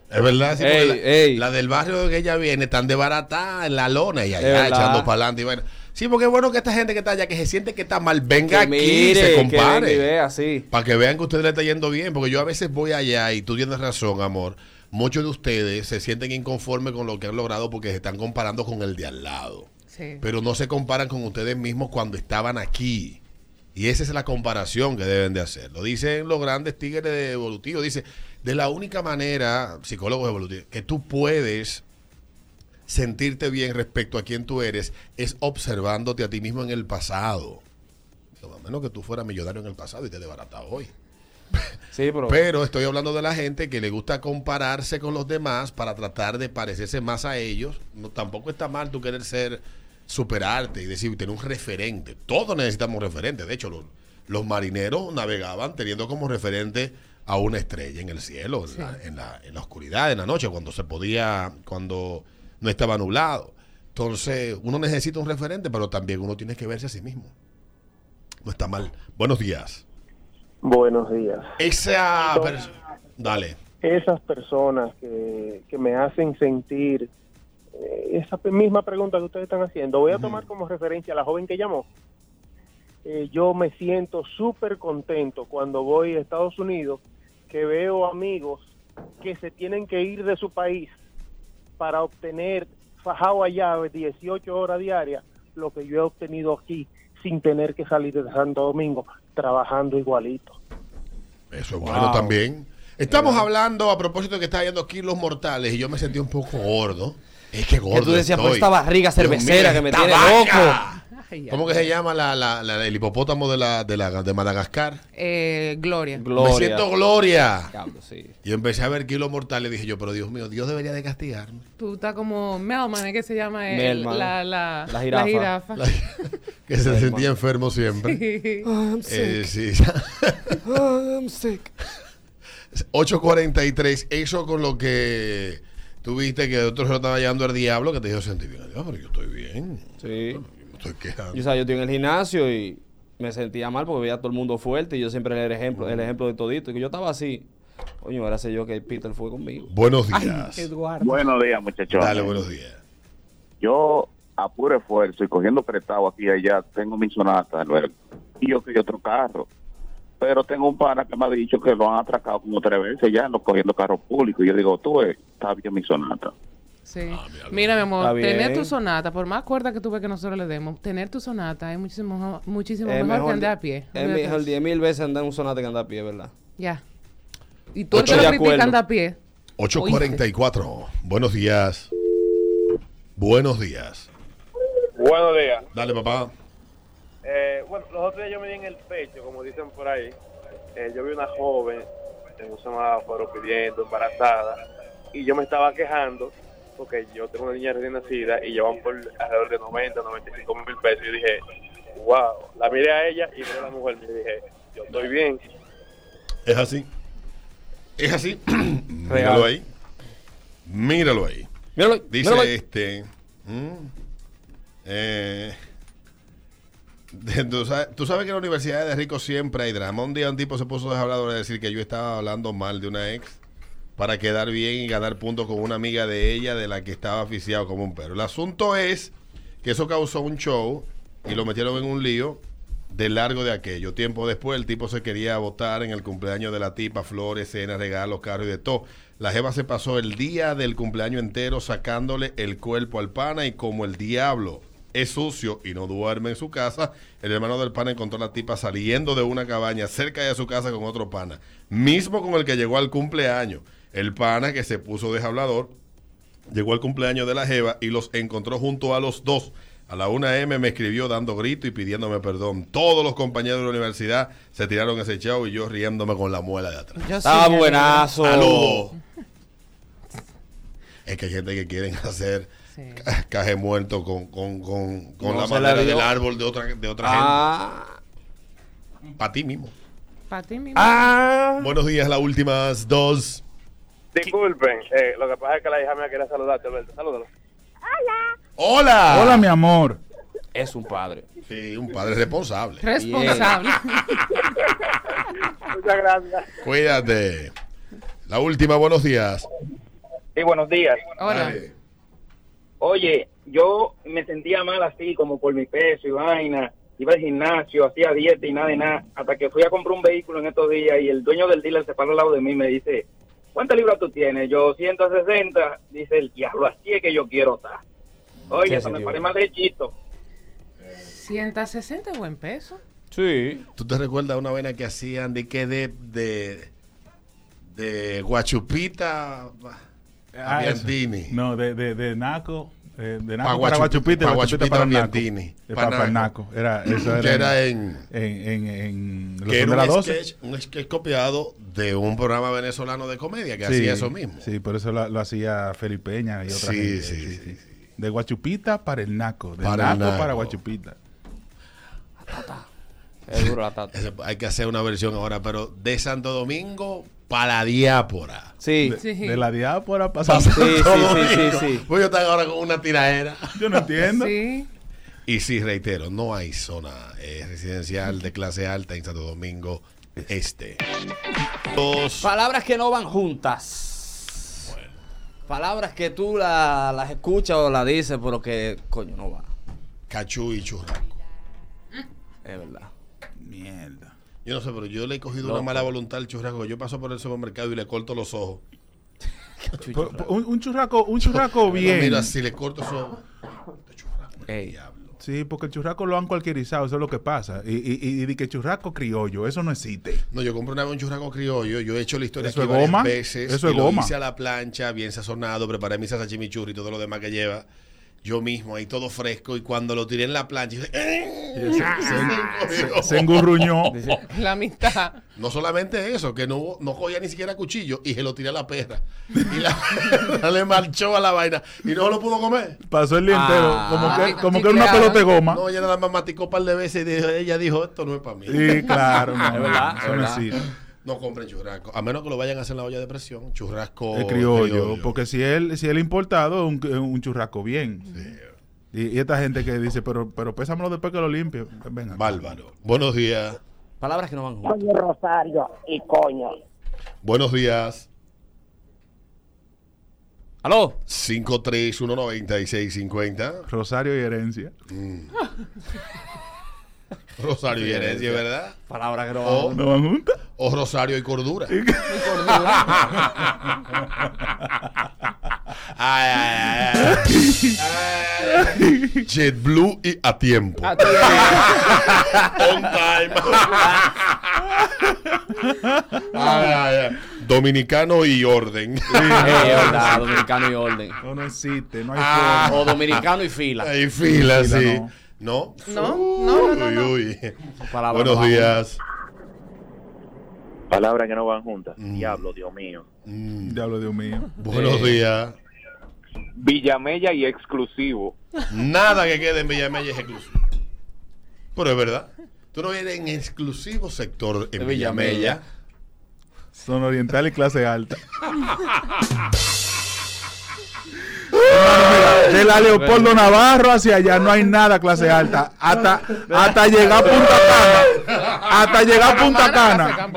Speaker 2: Es verdad, sí, porque la, la del barrio que ella viene están de barata en la lona y
Speaker 3: Es
Speaker 2: allá
Speaker 3: verdad.
Speaker 2: echando para adelante. Y bueno. Sí, porque es bueno que esta gente que está allá, que se siente que está mal, venga
Speaker 3: Que
Speaker 2: aquí y
Speaker 3: mire,
Speaker 2: se
Speaker 3: que
Speaker 2: compare.
Speaker 3: venga y vea,
Speaker 2: Para que vean que a ustedes le está yendo bien. Porque yo a veces voy allá y tú tienes razón, amor. Muchos de ustedes se sienten inconformes con lo que han logrado porque se están comparando con el de al lado.
Speaker 4: Sí.
Speaker 2: pero no se comparan con ustedes mismos cuando estaban aquí. Y esa es la comparación que deben de hacer. Lo dicen los grandes tigres de evolutivos. Dice, de la única manera, psicólogos evolutivos, que tú puedes sentirte bien respecto a quién tú eres es observándote a ti mismo en el pasado. Lo menos que tú fueras millonario en el pasado y te desbaratado hoy.
Speaker 3: Sí, pero.
Speaker 2: Pero estoy hablando de la gente que le gusta compararse con los demás para tratar de parecerse más a ellos. No, tampoco está mal tú querer ser, superarte y decir, tener un referente. Todos necesitamos un referente. De hecho, los, los marineros navegaban teniendo como referente a una estrella en el cielo, en, la, en la- en la oscuridad, en la noche, cuando se podía, cuando no estaba nublado. Entonces, uno necesita un referente, pero también uno tiene que verse a sí mismo. No está mal. Buenos días.
Speaker 7: Buenos días.
Speaker 2: Esa. pers- Dale.
Speaker 7: Esas personas que, que me hacen sentir eh, esa pe- misma pregunta que ustedes están haciendo, voy a tomar como referencia a la joven que llamó. Eh, yo me siento súper contento cuando voy a Estados Unidos, que veo amigos que se tienen que ir de su país para obtener fajado a llave 18 horas diarias, lo que yo he obtenido aquí sin tener que salir de Santo Domingo, trabajando igualito.
Speaker 2: Eso es bueno también. Estamos hablando a propósito de que está yendo kilos mortales y yo me sentí un poco gordo. Es que gordo.
Speaker 3: tú decías,
Speaker 2: estoy.
Speaker 3: por esta barriga
Speaker 2: Dios mío,
Speaker 3: cervecera que me
Speaker 2: esta
Speaker 3: tiene
Speaker 2: vaca.
Speaker 3: loco.
Speaker 2: ¿Cómo que se llama la, la- la- el hipopótamo de, la, de, la, de Madagascar?
Speaker 4: Eh, Gloria.
Speaker 2: Me siento Gloria.
Speaker 3: Diablo, sí.
Speaker 2: Yo empecé a ver kilos mortales y dije yo, pero Dios mío, Dios debería
Speaker 3: (laughs)
Speaker 2: de castigarme. (laughs)
Speaker 4: Tú estás como Melman, ¿eh? ¿qué se llama? El-
Speaker 2: Melman.
Speaker 4: La, la,
Speaker 2: La jirafa.
Speaker 4: jirafa.
Speaker 2: La- Que se sentía enfermo siempre.
Speaker 4: I'm
Speaker 2: Eh, sí. (laughs)
Speaker 3: Ah,
Speaker 4: I'm sick.
Speaker 2: 8.43, eso con lo que tuviste que otros se lo estaban llevando al diablo, que te dijo sentir bien, "Ah, pero yo estoy bien.
Speaker 3: Sí.
Speaker 2: Estoy quejando.
Speaker 3: Yo, o sea, yo estoy en el gimnasio y me sentía mal porque veía a todo el mundo fuerte y yo siempre era el ejemplo, el ejemplo de todito. Y que yo estaba así. Coño, ahora sé yo que Peter fue conmigo.
Speaker 2: Buenos
Speaker 3: días.
Speaker 12: Buenos días, muchachos.
Speaker 2: Dale, buenos días.
Speaker 12: Yo, a puro esfuerzo y cogiendo prestado aquí y allá, tengo mi sonata, Alberto, y yo que otro carro. Pero tengo un pana que me ha dicho que lo han atracado como tres veces ya, no cogiendo carros públicos. Y yo digo, tú, eh, está bien mi sonata.
Speaker 4: Sí. Mira, mi amor,
Speaker 12: Está
Speaker 4: tener
Speaker 12: bien.
Speaker 4: tu sonata, por más cuerda que tú ves que nosotros le demos, tener tu sonata es muchísimo, jo- muchísimo
Speaker 3: Es
Speaker 4: mejor, que andar
Speaker 3: di-
Speaker 4: a pie.
Speaker 3: Es
Speaker 4: Olvídate.
Speaker 3: mejor 10 mil veces andar en un sonate que andar a pie, ¿verdad?
Speaker 4: Ya. Y tú
Speaker 3: Estoy
Speaker 4: te lo
Speaker 3: de
Speaker 4: criticas
Speaker 3: acuerdo.
Speaker 4: andar a pie.
Speaker 2: 8.44, buenos días. Buenos días.
Speaker 13: Buenos días.
Speaker 2: Dale, papá.
Speaker 13: Eh, bueno, los otros días yo me di en el pecho, como dicen por ahí. Eh, yo vi una joven en un semáforo pidiendo, embarazada, y yo me estaba quejando porque yo tengo una niña recién nacida y llevan por alrededor de 90, 95 mil pesos. Y yo dije, wow, la miré a ella y miré a la mujer y dije, yo estoy bien.
Speaker 2: Es así. Es así. (clears throat) Míralo ahí. Míralo ahí.
Speaker 3: Míralo,
Speaker 2: Dice
Speaker 3: míralo ahí.
Speaker 2: este. mm, eh, (laughs) de- ¿tú, sabes, tú sabes que en la universidad de ricos siempre hay drama. Un día un tipo se puso de hablador a decir que yo estaba hablando mal de una ex para quedar bien y ganar puntos con una amiga de ella de la que estaba aficiado como un perro. El asunto es que eso causó un show y lo metieron en un lío de largo de aquello. Tiempo después, el tipo se quería votar en el cumpleaños de la tipa, flores, cenas, regalos, carros y de todo. La jeva se pasó el día del cumpleaños entero sacándole el cuerpo al pana y como el diablo es sucio y no duerme en su casa, el hermano del pana encontró a la tipa saliendo de una cabaña cerca de su casa con otro pana, mismo con el que llegó al cumpleaños. El pana que se puso de hablador Llegó al cumpleaños de la Jeva y los encontró junto a los dos. A la 1M me escribió dando grito y pidiéndome perdón. Todos los compañeros de la universidad se tiraron ese chavo y yo riéndome con la muela de atrás.
Speaker 3: Yo Estaba sí, buenazo.
Speaker 2: Saludos. Es que hay gente que quieren hacer ca- caje muerto con, con- con- con
Speaker 3: No
Speaker 2: la
Speaker 3: se la
Speaker 2: madera
Speaker 3: dio.
Speaker 2: del árbol de otra, de otra
Speaker 3: Ah.
Speaker 2: gente. Para ti mismo.
Speaker 4: Para ti mismo.
Speaker 2: Buenos días, las últimas dos.
Speaker 13: Disculpen, eh, lo que pasa es que la hija mía quería saludarte, Alberto. Salúdalo.
Speaker 2: Hola.
Speaker 5: Hola, mi amor.
Speaker 3: Es un padre.
Speaker 2: Sí, un padre responsable.
Speaker 4: Responsable.
Speaker 13: Muchas gracias.
Speaker 2: Cuídate. La última, buenos días.
Speaker 17: Sí, buenos días.
Speaker 4: Hola.
Speaker 17: Oye, yo me sentía mal así, como por mi peso y vaina. Iba al gimnasio, hacía dieta y nada de nada. Hasta que fui a comprar un vehículo en estos días y el dueño del dealer se paró al lado de mí y me dice, ¿cuántas libras tú tienes? Yo, 160. Dice el diablo, así es que yo quiero estar.
Speaker 3: Sí,
Speaker 17: Oye, eso
Speaker 3: sí,
Speaker 17: me
Speaker 3: tío.
Speaker 17: parece más derechito.
Speaker 4: 160 es buen peso.
Speaker 3: Sí.
Speaker 2: ¿Tú te recuerdas una vaina que hacían de que de de, de guachupita a
Speaker 5: Ah, eso.
Speaker 2: Biandini?
Speaker 5: No, de, de, de Naco. eh, de Naco
Speaker 2: Pa'
Speaker 5: para
Speaker 2: Guachupita,
Speaker 5: Guachupita. y Guachupita
Speaker 2: pa' Guachupita
Speaker 5: para Naco.
Speaker 2: Biandini.
Speaker 5: Eh,
Speaker 2: Pa'
Speaker 5: pa- pa'
Speaker 2: Naco.
Speaker 5: Naco. Era, eso
Speaker 2: Que
Speaker 5: era,
Speaker 2: era
Speaker 5: en. En, en, en los Hombres de
Speaker 2: que era
Speaker 5: la
Speaker 2: un
Speaker 5: 12.
Speaker 2: sketch, un sketch copiado de un programa venezolano de comedia que
Speaker 5: Sí,
Speaker 2: hacía eso mismo.
Speaker 5: Sí, por eso lo, lo hacía Felipe Peña y otra
Speaker 2: Sí,
Speaker 5: gente.
Speaker 2: sí,
Speaker 5: De Guachupita para el Naco. De
Speaker 2: Para el
Speaker 5: Naco,
Speaker 2: Naco.
Speaker 5: para Guachupita.
Speaker 3: Es duro la tata.
Speaker 2: Ese- Hay que hacer una versión ahora, pero de Santo Domingo para la diápora.
Speaker 3: Sí.
Speaker 5: De, de la diápora para
Speaker 2: Para
Speaker 5: Santo
Speaker 2: Santo Pues
Speaker 5: Domingo.
Speaker 2: Domingo. Voy a estar ahora con una tiradera.
Speaker 5: Yo no entiendo.
Speaker 4: Sí.
Speaker 2: Y sí, reitero, no hay zona eh, residencial de clase alta en Santo Domingo Este.
Speaker 3: Palabras que no van juntas. Palabras que tú la- las escuchas o las dices, pero que coño no va.
Speaker 2: Cachú y churrasco.
Speaker 3: Es verdad.
Speaker 2: Mierda. Yo no sé, pero yo le he cogido
Speaker 5: Loco.
Speaker 2: una mala voluntad al churrasco. Yo paso por el supermercado y le corto los ojos.
Speaker 5: Pero, pero un, un churraco, un churraco bien.
Speaker 2: Mira, si le corto esos ojos.
Speaker 5: Sí, porque el churraco lo han cualquierizado, eso es lo que pasa. Y, y, y, y di que churraco criollo, eso no existe.
Speaker 2: No, yo compré una vez un churrasco criollo. Yo he hecho la historia
Speaker 5: ¿Eso
Speaker 2: aquí
Speaker 5: es
Speaker 2: varias
Speaker 5: goma?
Speaker 2: veces.
Speaker 5: ¿Eso es
Speaker 2: y lo
Speaker 5: goma?
Speaker 2: hice a la plancha, bien sazonado. Preparé mi salsa chimichurri y todo lo demás que lleva. Yo mismo, ahí todo fresco. Y cuando lo tiré en la plancha, "Eh". hice, (laughs)
Speaker 5: se- se engurruñó.
Speaker 4: La mitad.
Speaker 2: No solamente eso, que no, hubo- no cogía ni siquiera cuchillo y se lo tiré a la perra. Y la (laughs) perra le marchó a la vaina y no lo pudo comer.
Speaker 5: Pasó el día
Speaker 2: Ah.
Speaker 5: entero, como que, como que era una pelota de goma.
Speaker 2: No, ella nada más maticó un par de veces y dijo- ella dijo, esto no es para mí.
Speaker 5: Sí,
Speaker 2: (laughs)
Speaker 5: claro, no, Es verdad, eso es no verdad.
Speaker 2: no,
Speaker 5: existe.
Speaker 2: compren churrasco, a menos que lo vayan a hacer en la olla de presión, churrasco
Speaker 5: El criollo,
Speaker 2: Oh, criollo.
Speaker 5: porque si él, si él importado, un, un churraco bien. Y, y esta gente que dice, pero, pero pésamelo después que lo limpio. Venga.
Speaker 2: Bárbaro. Buenos días.
Speaker 3: Palabras que no van
Speaker 15: Coño Rosario y coño.
Speaker 2: Buenos días.
Speaker 3: ¿Aló?
Speaker 2: 5319650.
Speaker 5: Rosario y herencia.
Speaker 2: Rosario y herencia, ¿verdad?
Speaker 3: Palabras que no van
Speaker 2: O,
Speaker 3: juntas.
Speaker 2: o Rosario
Speaker 5: (laughs)
Speaker 2: y cordura. Ay, ay, ay,
Speaker 5: (laughs)
Speaker 2: ay. Ay. JetBlue y a tiempo.
Speaker 3: Ah,
Speaker 2: On time. Ay, ay, ay. Ah, Dominicano y orden.
Speaker 3: Ey, es verdad, dominicano y orden.
Speaker 5: No, no existe, no
Speaker 3: hay
Speaker 2: Ah.
Speaker 3: O dominicano y fila.
Speaker 2: Hay fila, sí. ¿No?
Speaker 4: No, no, no, no,
Speaker 2: Uy,
Speaker 4: no.
Speaker 2: uy.
Speaker 3: Palabra
Speaker 2: Buenos
Speaker 3: no va
Speaker 2: días.
Speaker 9: Palabras que no van juntas. Diablo, Dios mío.
Speaker 2: Mm.
Speaker 5: Diablo, Dios mío.
Speaker 2: Buenos días.
Speaker 9: Villamella y exclusivo.
Speaker 2: Nada que quede en Villamella es exclusivo. Pero es verdad. Tú no vienes en exclusivo sector en
Speaker 5: De
Speaker 2: Villamella.
Speaker 5: Villamella. Son orientales y clase
Speaker 2: (laughs)
Speaker 5: alta. De la Leopoldo Navarro hacia allá no hay nada clase alta. Hasta, hasta llegar a Punta Cana. Hasta llegar a Punta Cana.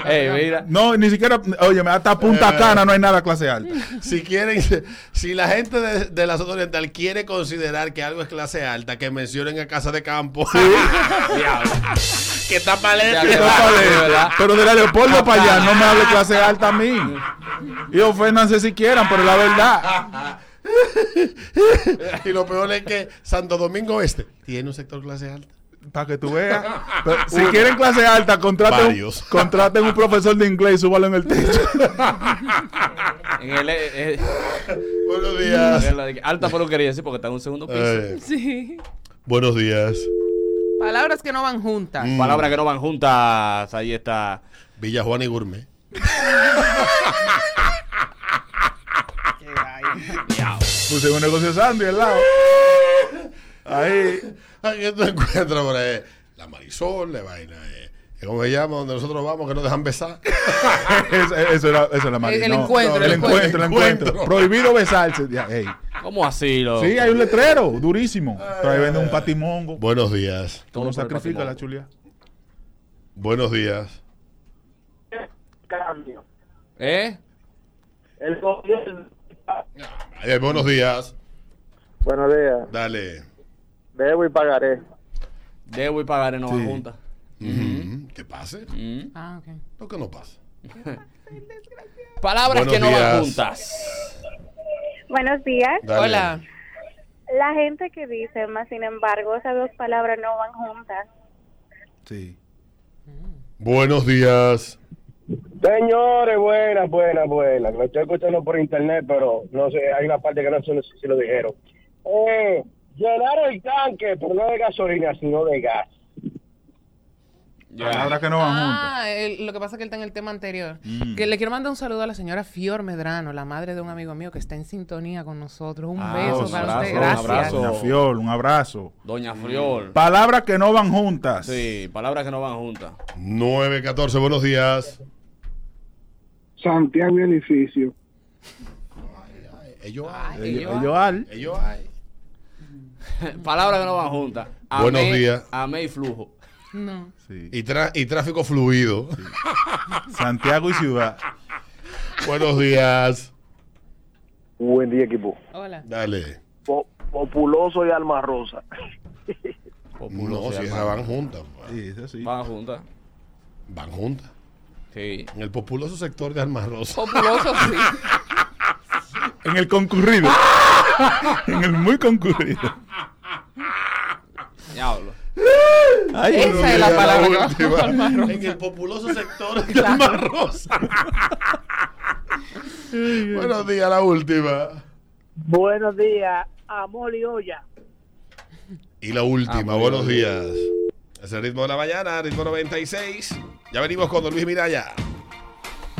Speaker 5: No, ni siquiera, oye, hasta
Speaker 2: Eh.
Speaker 5: Punta Cana no hay nada clase alta.
Speaker 2: Si quieren, si la gente de, de la zona oriental quiere considerar que algo es clase alta, que mencionen a Casa de Campo. (laughs) Diablo. que está paleta.
Speaker 5: Pero, vale, pero de la Leopoldo para allá no me hable clase alta a mí. Y oféndanse si quieran, pero la verdad.
Speaker 2: y lo peor es que Santo Domingo Este tiene un sector clase alta.
Speaker 5: Para que tú veas. Pero si quieren clase alta, contraten, un-
Speaker 2: Varios. (laughs)
Speaker 5: contraten un profesor de inglés y súbalo en el techo.
Speaker 3: En el, eh,
Speaker 2: Buenos días.
Speaker 3: en la de- alta peluquería, sí, porque está en un segundo piso.
Speaker 2: Eh.
Speaker 4: Sí.
Speaker 2: Buenos días.
Speaker 4: Palabras que no van juntas.
Speaker 3: Palabras que no van juntas. Ahí está.
Speaker 2: Villa Juana y Gourmet.
Speaker 5: Puse un negocio Sandy al lado. Ahí.
Speaker 2: Ahí que tú encuentras por ahí. La Marisol, la vaina. eh. ¿Cómo se llama? Donde nosotros vamos, que nos dejan besar.
Speaker 5: eso, eso era, eso era Mari,
Speaker 2: El
Speaker 5: no.
Speaker 2: encuentro,
Speaker 5: el
Speaker 2: el
Speaker 5: encuentro, el
Speaker 2: encuentro.
Speaker 5: encuentro. Prohibido besarse. Ya, ey.
Speaker 3: ¿Cómo así, lo?
Speaker 5: Sí, hay un letrero durísimo. Pero ahí venden un patimongo.
Speaker 2: Buenos días.
Speaker 5: Tú no sacrificas la chulia.
Speaker 2: Buenos días.
Speaker 7: Cambio.
Speaker 3: ¿Eh?
Speaker 7: El gobierno.
Speaker 2: Eh, buenos días.
Speaker 7: Buenos días.
Speaker 2: Dale.
Speaker 7: Debo y pagaré.
Speaker 3: Debo y pagaré no van
Speaker 2: Sí.
Speaker 3: juntas.
Speaker 2: ¿Qué pase?
Speaker 4: Ah, ok.
Speaker 2: Lo que no pasa.
Speaker 3: Palabras
Speaker 2: Buenos
Speaker 3: que no van
Speaker 2: días.
Speaker 3: juntas.
Speaker 8: Buenos días.
Speaker 2: Dale. Hola.
Speaker 8: La gente que dice, más sin embargo, esas dos palabras no van juntas.
Speaker 5: Sí.
Speaker 2: Buenos días.
Speaker 7: Señores, buenas, buenas, buenas. Lo estoy escuchando por internet, pero no sé, hay una parte que no sé si lo dijeron. Eh, llenar el tanque, pero no de gasolina, sino de gas.
Speaker 5: Palabras que no van juntas.
Speaker 4: Ah, el- lo que pasa es que él está en el tema anterior.
Speaker 5: Mm.
Speaker 4: Que le quiero mandar un saludo a la señora Fior Medrano, la madre de un amigo mío que está en sintonía con nosotros. Un beso para usted. Gracias.
Speaker 5: Doña Fiol, un abrazo.
Speaker 3: Doña Friol.
Speaker 5: Palabras que no van juntas.
Speaker 3: Sí, palabras que no van juntas. (laughs)
Speaker 2: 914, buenos días.
Speaker 18: Santiago y edificio.
Speaker 2: Ellos hay.
Speaker 5: ellos hay.
Speaker 2: Ellos hay.
Speaker 3: Palabras que no van juntas. Amé-
Speaker 2: Buenos días.
Speaker 3: Amé y flujo.
Speaker 4: No.
Speaker 2: Y, tra- y tráfico fluido.
Speaker 5: Santiago y ciudad.
Speaker 2: Buenos días.
Speaker 18: Buen día, equipo.
Speaker 4: Hola.
Speaker 2: Dale.
Speaker 18: Po- populoso y alma rosa.
Speaker 2: No, si esas van juntas. pues.
Speaker 5: Sí, eso sí.
Speaker 3: Van juntas.
Speaker 2: Van juntas.
Speaker 3: Sí.
Speaker 2: En el populoso sector de Alma Rosa.
Speaker 4: Populoso, sí.
Speaker 5: En el concurrido. en el muy concurrido.
Speaker 3: Diablo.
Speaker 5: Ay, Esa
Speaker 2: pero
Speaker 5: es la
Speaker 2: ya
Speaker 5: palabra que
Speaker 2: última.
Speaker 5: va a Alma Rosa.
Speaker 2: En el populoso
Speaker 5: (laughs)
Speaker 2: sector de Alma Rosa. Buenos días, la última.
Speaker 19: Buenos días, amor y olla.
Speaker 2: Y la última, buenos días. Es el ritmo de la mañana, ritmo 96. Ya venimos con Don Luis Miraya.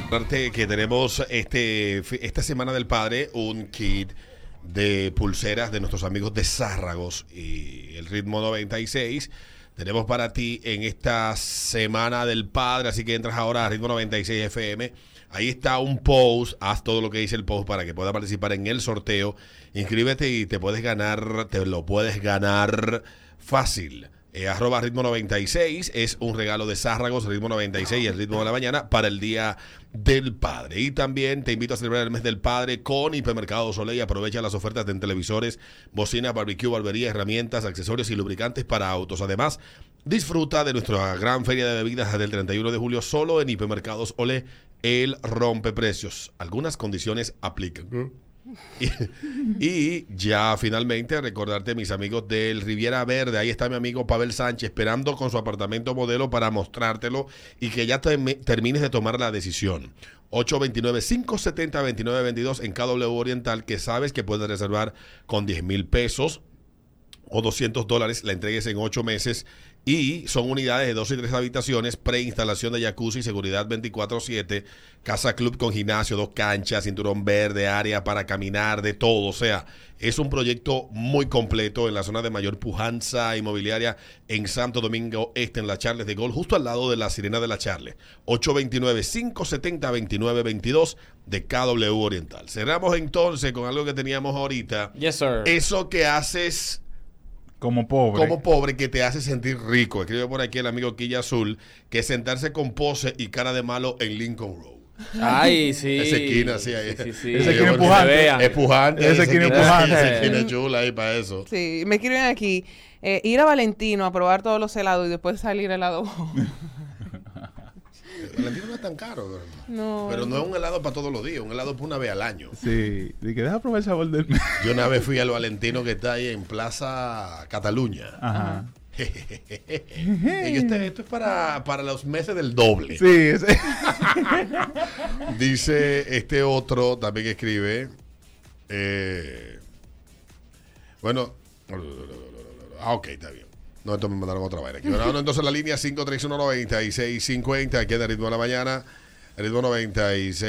Speaker 2: Aparte que tenemos este, fi- esta semana del padre un kit de pulseras de nuestros amigos de Zárragos y el ritmo 96. Tenemos para ti en esta semana del padre, así que entras ahora a ritmo 96 FM. Ahí está un post, haz todo lo que dice el post para que puedas participar en el sorteo. Inscríbete y te puedes ganar, te lo puedes ganar fácil. Eh, arroba ritmo 96 es un regalo de Zárragos, ritmo 96 y el ritmo de la mañana para el Día del Padre. Y también te invito a celebrar el mes del Padre con Hipermercado Soleil. Aprovecha las ofertas en televisores, bocinas, barbecue, barbería, herramientas, accesorios y lubricantes para autos. Además, disfruta de nuestra gran feria de bebidas hasta el 31 de julio solo en Hipermercados Ole, el rompe precios. Algunas condiciones aplican. (laughs) Y, y ya finalmente recordarte mis amigos del Riviera Verde, ahí está mi amigo Pavel Sánchez esperando con su apartamento modelo para mostrártelo y que ya te- termines de tomar la decisión. 829-570-2922 en KW Oriental que sabes que puedes reservar con 10 mil pesos o 200 dólares, la entregues en 8 meses. Y son unidades de 2 y 3 habitaciones, preinstalación de jacuzzi, seguridad 24-7, casa club con gimnasio, dos canchas, cinturón verde, área para caminar, de todo. O sea, es un proyecto muy completo en la zona de mayor pujanza inmobiliaria en Santo Domingo Este, en la Charles de Gol, justo al lado de la Sirena de la Charles. 829-570-2922 de KW Oriental. Cerramos entonces con algo que teníamos ahorita.
Speaker 3: Yes, sir.
Speaker 2: Eso que haces
Speaker 5: Como pobre.
Speaker 2: como pobre que te hace sentir rico. Escribe por aquí el amigo Quilla Azul que sentarse con pose y cara de malo en Lincoln Road.
Speaker 3: Ay, sí.
Speaker 2: Esa esquina, sí, ahí.
Speaker 3: Sí, sí, sí.
Speaker 5: Esa esquina empujante.
Speaker 2: Es pujante.
Speaker 5: Esa esquina empujante.
Speaker 2: Esa esquina chula ahí para eso.
Speaker 4: Sí, me escriben aquí. eh, ir a Valentino a probar todos los helados y después salir helado. (laughs)
Speaker 2: Valentino no es tan caro. bro.
Speaker 4: No.
Speaker 2: Pero no es un helado para todos los días, un helado para una vez al año.
Speaker 5: Sí. Dije, deja probar el sabor del (laughs) mes.
Speaker 2: Yo una vez fui al Valentino que está ahí en Plaza Cataluña.
Speaker 5: Ajá.
Speaker 2: (laughs) Y yo, este- esto es para, para los meses del doble.
Speaker 5: Sí, ese-
Speaker 2: Dice este otro también que escribe. eh, bueno. Ah, ok, está bien. No, entonces me mandaron otra vaina. Aquí. Bueno, no, entonces la línea 5319650, aquí en el ritmo de la mañana. el Ritmo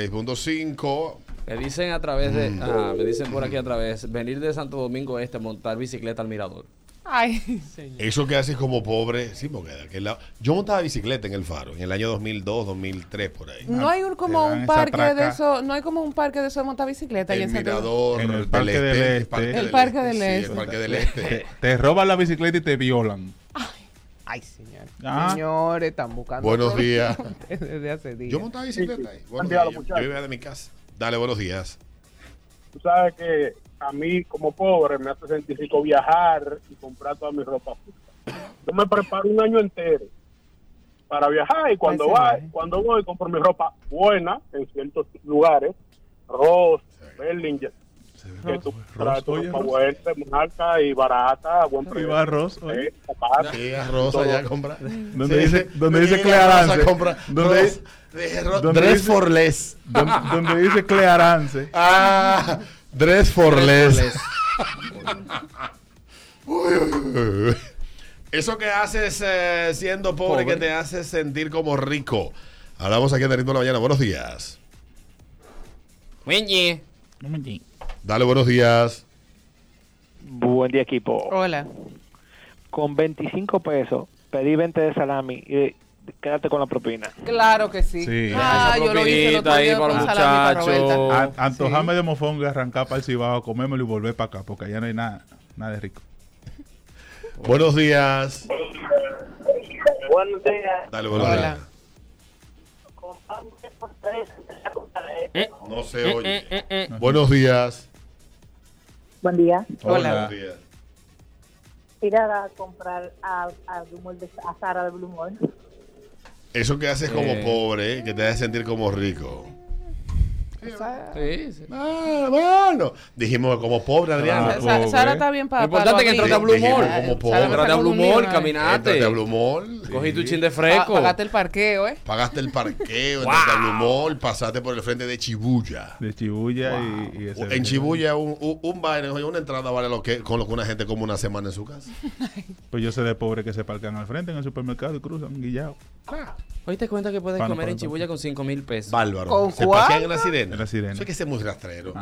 Speaker 2: 96.5.
Speaker 3: Me dicen a través de.
Speaker 2: Mm.
Speaker 3: ah, me dicen por aquí a través. Venir de Santo Domingo Este a montar bicicleta al mirador.
Speaker 4: Ay, señor.
Speaker 2: Eso que haces como pobre, sí, porque de aquel lado. Yo montaba bicicleta en el faro, en el año 2002, 2003, por ahí.
Speaker 4: No hay un, como un parque de eso, no hay como un parque de eso de montar bicicleta. allá
Speaker 2: El
Speaker 4: en Santo Domingo.
Speaker 2: mirador,
Speaker 5: En el Parque del Este.
Speaker 2: Parque
Speaker 4: El
Speaker 2: del
Speaker 4: Parque
Speaker 2: Este,
Speaker 4: del
Speaker 2: sí,
Speaker 4: Este.
Speaker 2: el Parque del
Speaker 5: te,
Speaker 4: (laughs)
Speaker 2: Este.
Speaker 5: te roban la bicicleta y te violan.
Speaker 4: Ay, señor.
Speaker 5: Ah.
Speaker 4: Señores, están buscando.
Speaker 5: Buenos días.
Speaker 4: (laughs) Desde hace días.
Speaker 2: Yo montaba bicicleta ahí. Buenos
Speaker 4: Santiago,
Speaker 2: días, yo- Yo vivía de mi casa. Dale, buenos días.
Speaker 19: Tú sabes que a mí, como pobre, me hace sentir rico viajar y comprar toda mi ropa. Yo me preparo un año entero para viajar y cuando,
Speaker 20: Ay, sí, eh.
Speaker 19: va, cuando voy compro mi ropa buena en ciertos lugares, Ross, Berlinger.
Speaker 20: Ah.
Speaker 19: Que tú traes tu ropa buena, de marca y barata, a buen precio.
Speaker 5: va Ross, oye.
Speaker 19: Sí, zapatos,
Speaker 2: Sí, a Ross
Speaker 19: todo.
Speaker 2: allá a comprar.
Speaker 5: Donde
Speaker 2: Sí,
Speaker 5: dice,
Speaker 2: sí.
Speaker 5: donde
Speaker 2: Sí,
Speaker 5: dice
Speaker 2: la
Speaker 5: Clea
Speaker 2: Rosa
Speaker 5: Arance.
Speaker 2: compra-
Speaker 5: Donde,
Speaker 2: Ross- de Ro- dress for less.
Speaker 5: Donde, donde dice Clea Arance.
Speaker 2: Ah, dress for less. Uy, uy, uy, uy. Eso que haces eh, siendo pobre, que te hace sentir como rico. Hablamos aquí en el ritmo de la mañana. Buenos días. Dale, buenos días.
Speaker 20: Buen día, equipo.
Speaker 4: Hola.
Speaker 20: Con 25 pesos, pedí 20 de salami y quédate con la propina.
Speaker 4: Claro que sí.
Speaker 5: Sí.
Speaker 4: Ah, yo lo hice el otro día con salami para Roberta.
Speaker 5: A- Antojame de mofonga, arrancar para el cibao, comérmelo y volver para acá, porque allá no hay nada, nada de rico.
Speaker 2: Buenos días.
Speaker 7: Buenos días.
Speaker 2: Dale, buenos
Speaker 7: Hola.
Speaker 2: días. No se oye. Buenos días.
Speaker 1: Buen día.
Speaker 5: Ah.
Speaker 2: Buenos días.
Speaker 1: Ir a comprar a, a, Blue Mall de- a Sara de Blue Mall.
Speaker 2: Eso que haces como
Speaker 3: Eh.
Speaker 2: pobre, eh, que te hace sentir como rico.
Speaker 3: Sí, sí.
Speaker 2: Ah, bueno. Dijimos como pobre, Adriana.
Speaker 4: Sa- Sa- Sara está bien para.
Speaker 3: Ah, Lo importante es que entraste a Blue
Speaker 2: Dijimos
Speaker 3: Mall.
Speaker 2: como pobre.
Speaker 3: Entraste a Blue Mall, caminate.
Speaker 2: Entraste a Blue Mall.
Speaker 3: Cogí tu
Speaker 2: Sí. Ah,
Speaker 3: chin de fresco.
Speaker 4: Pagaste el parqueo, ¿eh?
Speaker 2: Pagaste el parqueo, entraste a Blue Mall, pasaste por el frente de Chibuya.
Speaker 5: De Chibuya y, y ese-
Speaker 2: En Chibuya, un, un, un baile, oye, una entrada vale lo que, con lo que una gente como una semana en su casa.
Speaker 5: Pues yo sé de pobres que se parcan al frente en el supermercado y cruzan guillao.
Speaker 3: Hoy te cuenta que puedes
Speaker 5: Para no
Speaker 3: comer en
Speaker 5: poner
Speaker 3: Chibuya con 5 mil pesos.
Speaker 2: Bárbaro.
Speaker 3: ¿Con
Speaker 2: se parquean en la
Speaker 3: cuánto?
Speaker 2: sirena.
Speaker 5: En la sirena. Ah.
Speaker 2: Eso hay que ser muy rastrero.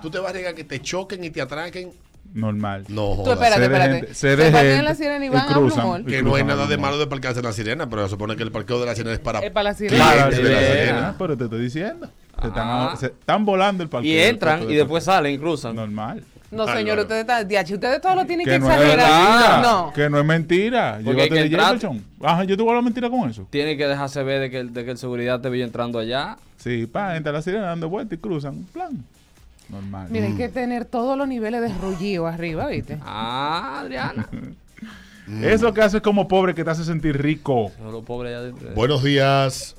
Speaker 2: Tú te vas a llegar que te choquen y te atraquen.
Speaker 5: Normal.
Speaker 2: No,
Speaker 4: Tú, espérate, espérate.
Speaker 5: Se
Speaker 4: Se
Speaker 5: de
Speaker 4: parquean en
Speaker 5: gente
Speaker 4: la sirena y
Speaker 5: y
Speaker 4: van a Blue
Speaker 5: cruzan,
Speaker 4: Mall.
Speaker 5: y
Speaker 2: Que no hay
Speaker 5: cruzan
Speaker 2: nada
Speaker 5: al
Speaker 2: de
Speaker 5: Blue
Speaker 2: malo de parquearse en la sirena, pero se supone que el parqueo de la sirena es para.
Speaker 4: Es para la sirena.
Speaker 5: Claro,
Speaker 2: clientes de la
Speaker 5: sí,
Speaker 2: sirena.
Speaker 5: ah, pero te estoy diciendo. Se están,
Speaker 3: Ah.
Speaker 5: se están volando el parqueo.
Speaker 3: Y entran
Speaker 5: Todo
Speaker 3: y
Speaker 5: esto.
Speaker 3: después salen, cruzan.
Speaker 5: Normal.
Speaker 4: No,
Speaker 5: Álvaro.
Speaker 4: señor, ustedes están. Diache, ustedes todos lo tienen que,
Speaker 5: Que no, es
Speaker 4: exagerar.
Speaker 5: verdad,
Speaker 4: No.
Speaker 5: que no es mentira.
Speaker 3: Porque hay que
Speaker 5: Llévate de
Speaker 3: entrar-
Speaker 5: Jefferson. Ajá, yo te voy a la mentira con eso.
Speaker 3: Tiene que dejarse ver de que, el- de que el seguridad te vio entrando allá.
Speaker 5: Sí, pa, entra la sirena dando vueltas y cruzan. Plan. Normal.
Speaker 4: Mira, hay
Speaker 5: Mm.
Speaker 4: que tener todos los niveles de rugido arriba, ¿viste?
Speaker 3: Ah,
Speaker 2: (laughs)
Speaker 3: Adriana.
Speaker 5: Es lo que haces como pobre que te hace sentir rico.
Speaker 2: Buenos días.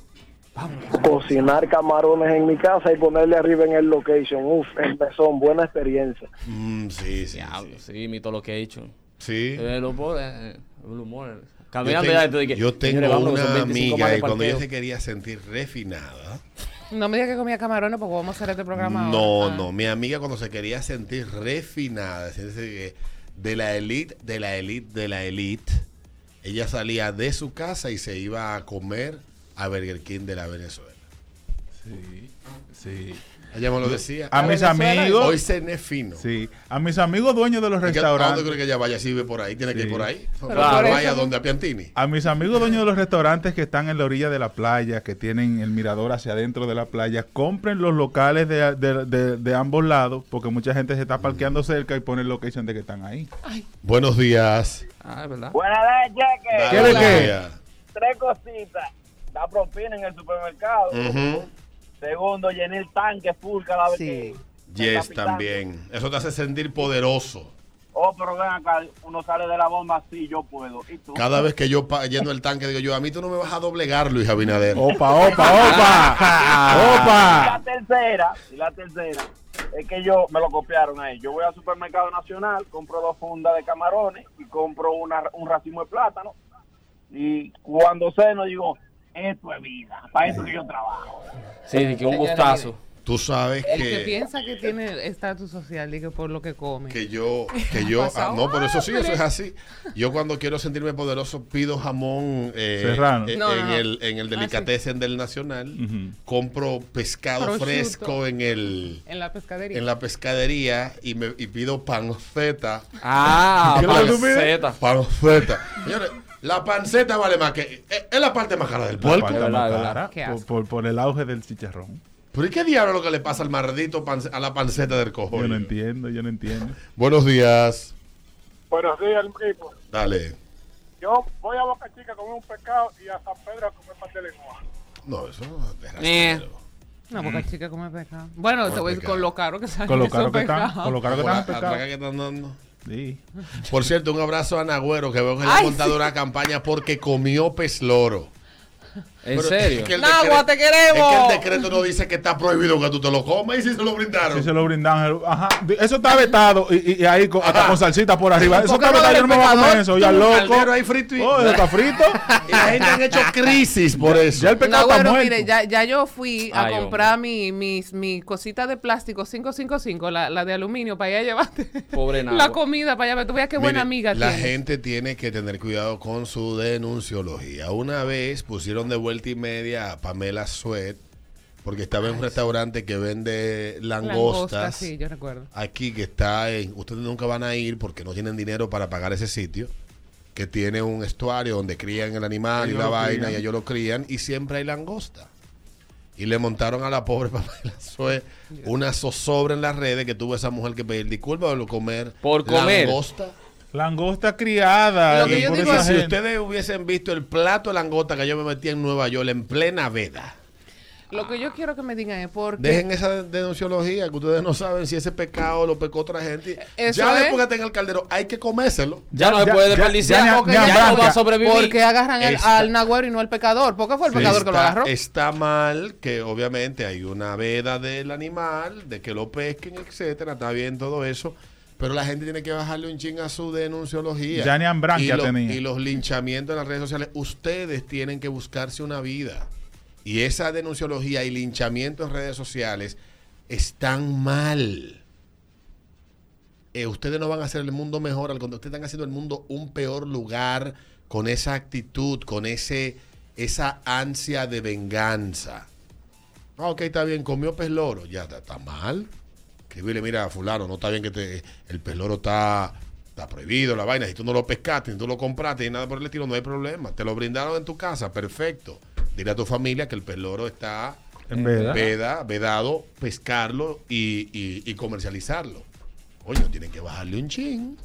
Speaker 18: Cocinar camarones en mi casa y ponerle arriba en el location. Uf, empezó buena experiencia.
Speaker 2: Mm, sí, sí.
Speaker 3: Diablo, sí, mito lo que he hecho.
Speaker 2: Sí.
Speaker 3: Eh, los pobres, eh, el humor.
Speaker 2: Yo
Speaker 3: Caminando allá y tú
Speaker 2: tengo,
Speaker 3: dices,
Speaker 2: yo tengo
Speaker 3: señores, vámonos, son
Speaker 2: una
Speaker 3: 25 más
Speaker 2: amiga
Speaker 3: de
Speaker 2: y cuando ella
Speaker 3: parqueo.
Speaker 2: se quería sentir refinada.
Speaker 4: No me digas que comía camarones porque vamos a hacer este programa
Speaker 2: No,
Speaker 4: ahora.
Speaker 2: no, mi amiga cuando se quería sentir refinada, se dice que de la elite, de la elite, de la elite, ella salía de su casa y se iba a comer a Burger King de la Venezuela.
Speaker 5: Sí, sí.
Speaker 2: Ella me lo decía.
Speaker 5: A mis amigos.
Speaker 2: Hoy cené fino.
Speaker 5: Sí, a mis amigos dueños de los
Speaker 2: ¿Y qué- ¿A dónde
Speaker 5: restaurantes.
Speaker 2: crees que ella vaya? Si vive por ahí, tiene que
Speaker 5: Sí.
Speaker 2: ir por ahí.
Speaker 5: Pero
Speaker 2: Claro,
Speaker 5: por eso-
Speaker 2: vaya donde a Piantini.
Speaker 5: A mis amigos dueños de los restaurantes que están en la orilla de la playa, que tienen el mirador hacia adentro de la playa, compren los locales de, de- de- de ambos lados, porque mucha gente se
Speaker 2: Mm.
Speaker 5: está parqueando cerca y pone el location de que están
Speaker 2: (laughs)
Speaker 5: ahí.
Speaker 2: Buenos días.
Speaker 3: Ah, es verdad.
Speaker 7: Buenas noches, Jaque.
Speaker 5: ¿Qué de qué?
Speaker 7: Tres cositas. La propina en el supermercado.
Speaker 2: Mm. Ujú.
Speaker 7: Segundo, llené el tanque full cada vez que...
Speaker 2: Yes,
Speaker 7: Capitán.
Speaker 2: también. Eso te hace sentir poderoso.
Speaker 7: Oh, pero ven acá, uno sale de la bomba, sí, yo puedo. ¿Y tú?
Speaker 2: Cada vez que yo pa- lleno el tanque, digo yo, a mí tú no me vas a doblegar, Luis Abinader.
Speaker 5: Opa, opa,
Speaker 2: (laughs)
Speaker 5: opa.
Speaker 7: Y
Speaker 5: opa.
Speaker 7: la tercera, y la tercera, es que yo me lo copiaron ahí. Yo voy al supermercado nacional, compro dos fundas de camarones y compro una, un racimo de plátano. Y cuando ceno digo, esto es vida, para eso que yo trabajo.
Speaker 3: Sí, de que un
Speaker 4: Señores,
Speaker 3: gustazo.
Speaker 2: Tú sabes
Speaker 4: El que
Speaker 2: que,
Speaker 4: piensa que tiene estatus social y que por lo que come.
Speaker 2: que yo, que yo, ah, no, pero eso sí, eso es así. Yo cuando quiero sentirme poderoso pido jamón eh,
Speaker 5: Serrano.
Speaker 2: eh,
Speaker 5: No,
Speaker 2: en,
Speaker 5: no, no.
Speaker 2: El, en el delicatessen del Nacional, compro pescado
Speaker 4: Prosciutto.
Speaker 2: fresco en el
Speaker 4: En la pescadería.
Speaker 2: en la pescadería y me y pido panceta.
Speaker 3: Ah,
Speaker 2: ¿Qué es lo que tú pides?
Speaker 3: panceta.
Speaker 2: Panceta. Señores, la panceta vale más que eh, es, es la parte más cara del
Speaker 5: La
Speaker 2: puerco.
Speaker 5: parte más cara,
Speaker 4: Qué
Speaker 5: por, por- por el auge del chicharrón.
Speaker 2: ¿Pero y qué diablo es lo que le pasa al maldito panc- a la panceta del
Speaker 5: Yo no
Speaker 2: cojón?
Speaker 5: entiendo, yo no entiendo.
Speaker 2: Buenos días.
Speaker 19: Buenos días, el mismo.
Speaker 2: Dale.
Speaker 19: Yo voy a Boca Chica a comer un pescado y a San Pedro a comer pan de lengua.
Speaker 2: No, eso no es
Speaker 4: Eh. No, porque chica come pescado. Bueno, te voy a decir con lo caro que sale.
Speaker 5: Con lo caro que están, con lo caro que
Speaker 2: Por
Speaker 5: están en
Speaker 2: la- la
Speaker 5: pescado.
Speaker 2: traca que están dando.
Speaker 5: Sí.
Speaker 2: Por cierto, un abrazo a Nagüero que veo que le ha
Speaker 4: Ay,
Speaker 2: montado
Speaker 4: sí.
Speaker 2: una campaña porque comió pez loro.
Speaker 3: ¿En
Speaker 2: Pero
Speaker 3: serio?
Speaker 2: es que el
Speaker 4: Nagua,
Speaker 2: decre-
Speaker 4: te queremos.
Speaker 2: Es que el decreto no dice que está prohibido que tú te lo comas y si se lo brindaron.
Speaker 5: Si se lo brindan, ajá. Eso está vetado y, y- y ahí con, hasta con salsita por arriba. Eso
Speaker 2: ¿Por qué
Speaker 5: está
Speaker 2: no
Speaker 5: vetado,
Speaker 2: vale
Speaker 5: yo no me voy a
Speaker 2: el
Speaker 5: comer
Speaker 2: pecador?
Speaker 5: eso, ya
Speaker 2: Tú,
Speaker 5: loco.
Speaker 2: caldero ahí frito y-
Speaker 5: Oh, eso está frito.
Speaker 2: (laughs) Y la gente han hecho crisis por eso.
Speaker 5: Ya el pecado está
Speaker 4: Nagüero,
Speaker 5: muerto.
Speaker 4: mire, ya, ya yo fui a
Speaker 2: Ay,
Speaker 4: comprar mi, mis, mi cosita de plástico 555, la, la de aluminio, para allá llevarte
Speaker 3: Pobre
Speaker 4: (laughs) la
Speaker 3: nagua.
Speaker 4: comida, para allá ver. Tú veas qué
Speaker 2: Mire,
Speaker 4: buena amiga
Speaker 2: La
Speaker 4: tienes.
Speaker 2: gente tiene que tener cuidado con su denunciología. Una vez pusieron de vuelta y media a Pamela Suet porque estaba en un restaurante que vende
Speaker 4: Langosta,
Speaker 2: langostas.
Speaker 4: sí, yo recuerdo.
Speaker 2: Aquí que está en. Ustedes nunca van a ir porque no tienen dinero para pagar ese sitio. Que tiene un estuario donde crían el animal
Speaker 5: Ellos
Speaker 2: y la
Speaker 5: lo
Speaker 2: vaina
Speaker 5: crían.
Speaker 2: y ellos lo crían y siempre hay langosta. Y le montaron a la pobre (laughs) Pamela Suet una zozobra en las redes que tuvo esa mujer que pedir disculpas por comer
Speaker 3: Por comer.
Speaker 2: langosta.
Speaker 5: Langosta criada.
Speaker 2: Lo que
Speaker 5: y
Speaker 2: yo
Speaker 5: por
Speaker 2: digo
Speaker 5: esa
Speaker 2: es, si
Speaker 5: gente.
Speaker 2: ustedes hubiesen visto el plato de langota que yo me metí en Nueva York en plena veda.
Speaker 4: Lo que yo quiero que me digan es por qué.
Speaker 2: Dejen esa denunciología que ustedes no saben si ese pecado lo pecó otra gente.
Speaker 4: Eso
Speaker 2: ya
Speaker 4: es.
Speaker 2: después que está en el caldero, hay que comérselo.
Speaker 3: Ya no se puede desperdiciar porque ya no va a sobrevivir.
Speaker 4: ¿Por qué agarran el-
Speaker 2: Está-
Speaker 4: al Nagüero y no al pecador? ¿Por qué fue el pecador que lo
Speaker 2: Está-
Speaker 4: agarró?
Speaker 2: Está mal que obviamente hay una veda del animal, de que lo pesquen, etcétera, está bien todo eso, pero la gente tiene que bajarle un ching a su denunciología.
Speaker 5: Ya ni
Speaker 2: y,
Speaker 5: Ambranquia tenía.
Speaker 2: y los linchamientos en las redes sociales, ustedes tienen que buscarse una vida. Y esa denunciología y linchamiento en redes sociales están mal. Eh, ustedes no van a hacer el mundo mejor, al contrario, ustedes están haciendo el mundo un peor lugar con esa actitud, con ese, esa ansia de venganza. Ah, ok, está bien, comió pez loro, ya está, está mal. Escribirle, mira, fulano, no está bien que te, el pez loro está, está prohibido, la vaina, si tú no lo pescaste, si tú lo compraste y nada por el estilo, no hay problema. Te lo brindaron en tu casa, perfecto. Dile a tu familia que el pez loro está
Speaker 5: En veda.
Speaker 2: veda- vedado, pescarlo y, y- y comercializarlo. Coño, tienen que bajarle un chin.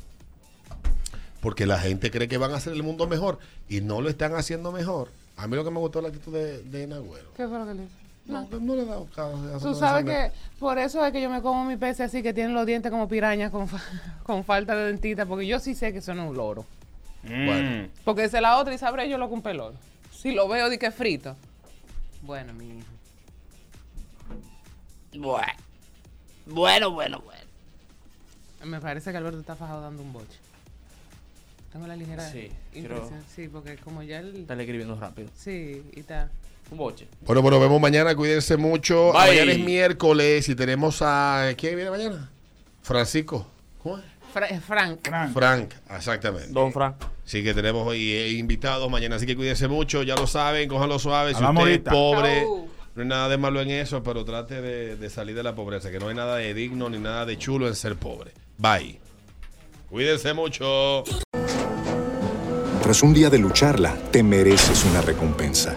Speaker 2: Porque la gente cree que van a hacer el mundo mejor y no lo están haciendo mejor. A mí lo que me gustó es la actitud de, de Nagüero.
Speaker 4: ¿Qué fue lo que le hizo?
Speaker 2: No, no le he dado caso.
Speaker 4: Tú sabes que por eso es que yo me como mi pez así que tienen los dientes como pirañas con, fa- (laughs) con falta de dentita, porque yo sí sé que eso no es un loro.
Speaker 2: Bueno.
Speaker 4: Porque esa es la otra y sabré yo lo que un peloro. Si lo veo, di que es frito. Bueno, mi hijo.
Speaker 6: Bueno, bueno, bueno. bueno.
Speaker 4: Me parece que Alberto está fajado dando un boche. Tengo la ligera
Speaker 3: Sí,
Speaker 4: impresión.
Speaker 3: creo.
Speaker 4: Sí, porque como ya el...
Speaker 3: Dale escribiendo rápido.
Speaker 4: Sí, y está.
Speaker 3: Un boche.
Speaker 2: Bueno, bueno, vemos mañana. Cuídense mucho.
Speaker 3: Bye.
Speaker 2: Mañana es miércoles y tenemos a. ¿Quién viene mañana? Francisco.
Speaker 4: Fra- Frank.
Speaker 2: Frank, exactamente. Don
Speaker 3: Frank.
Speaker 2: Sí, que tenemos hoy eh, invitados mañana, así que cuídense mucho, ya lo saben, cójanlo suave. Si
Speaker 5: Hablamos
Speaker 2: usted es
Speaker 5: ahorita.
Speaker 2: pobre, no hay nada de malo en eso, pero trate de, de salir de la pobreza, que no hay nada de digno ni nada de chulo en ser pobre. Bye. Cuídense mucho.
Speaker 14: Tras un día de lucharla, te mereces una recompensa,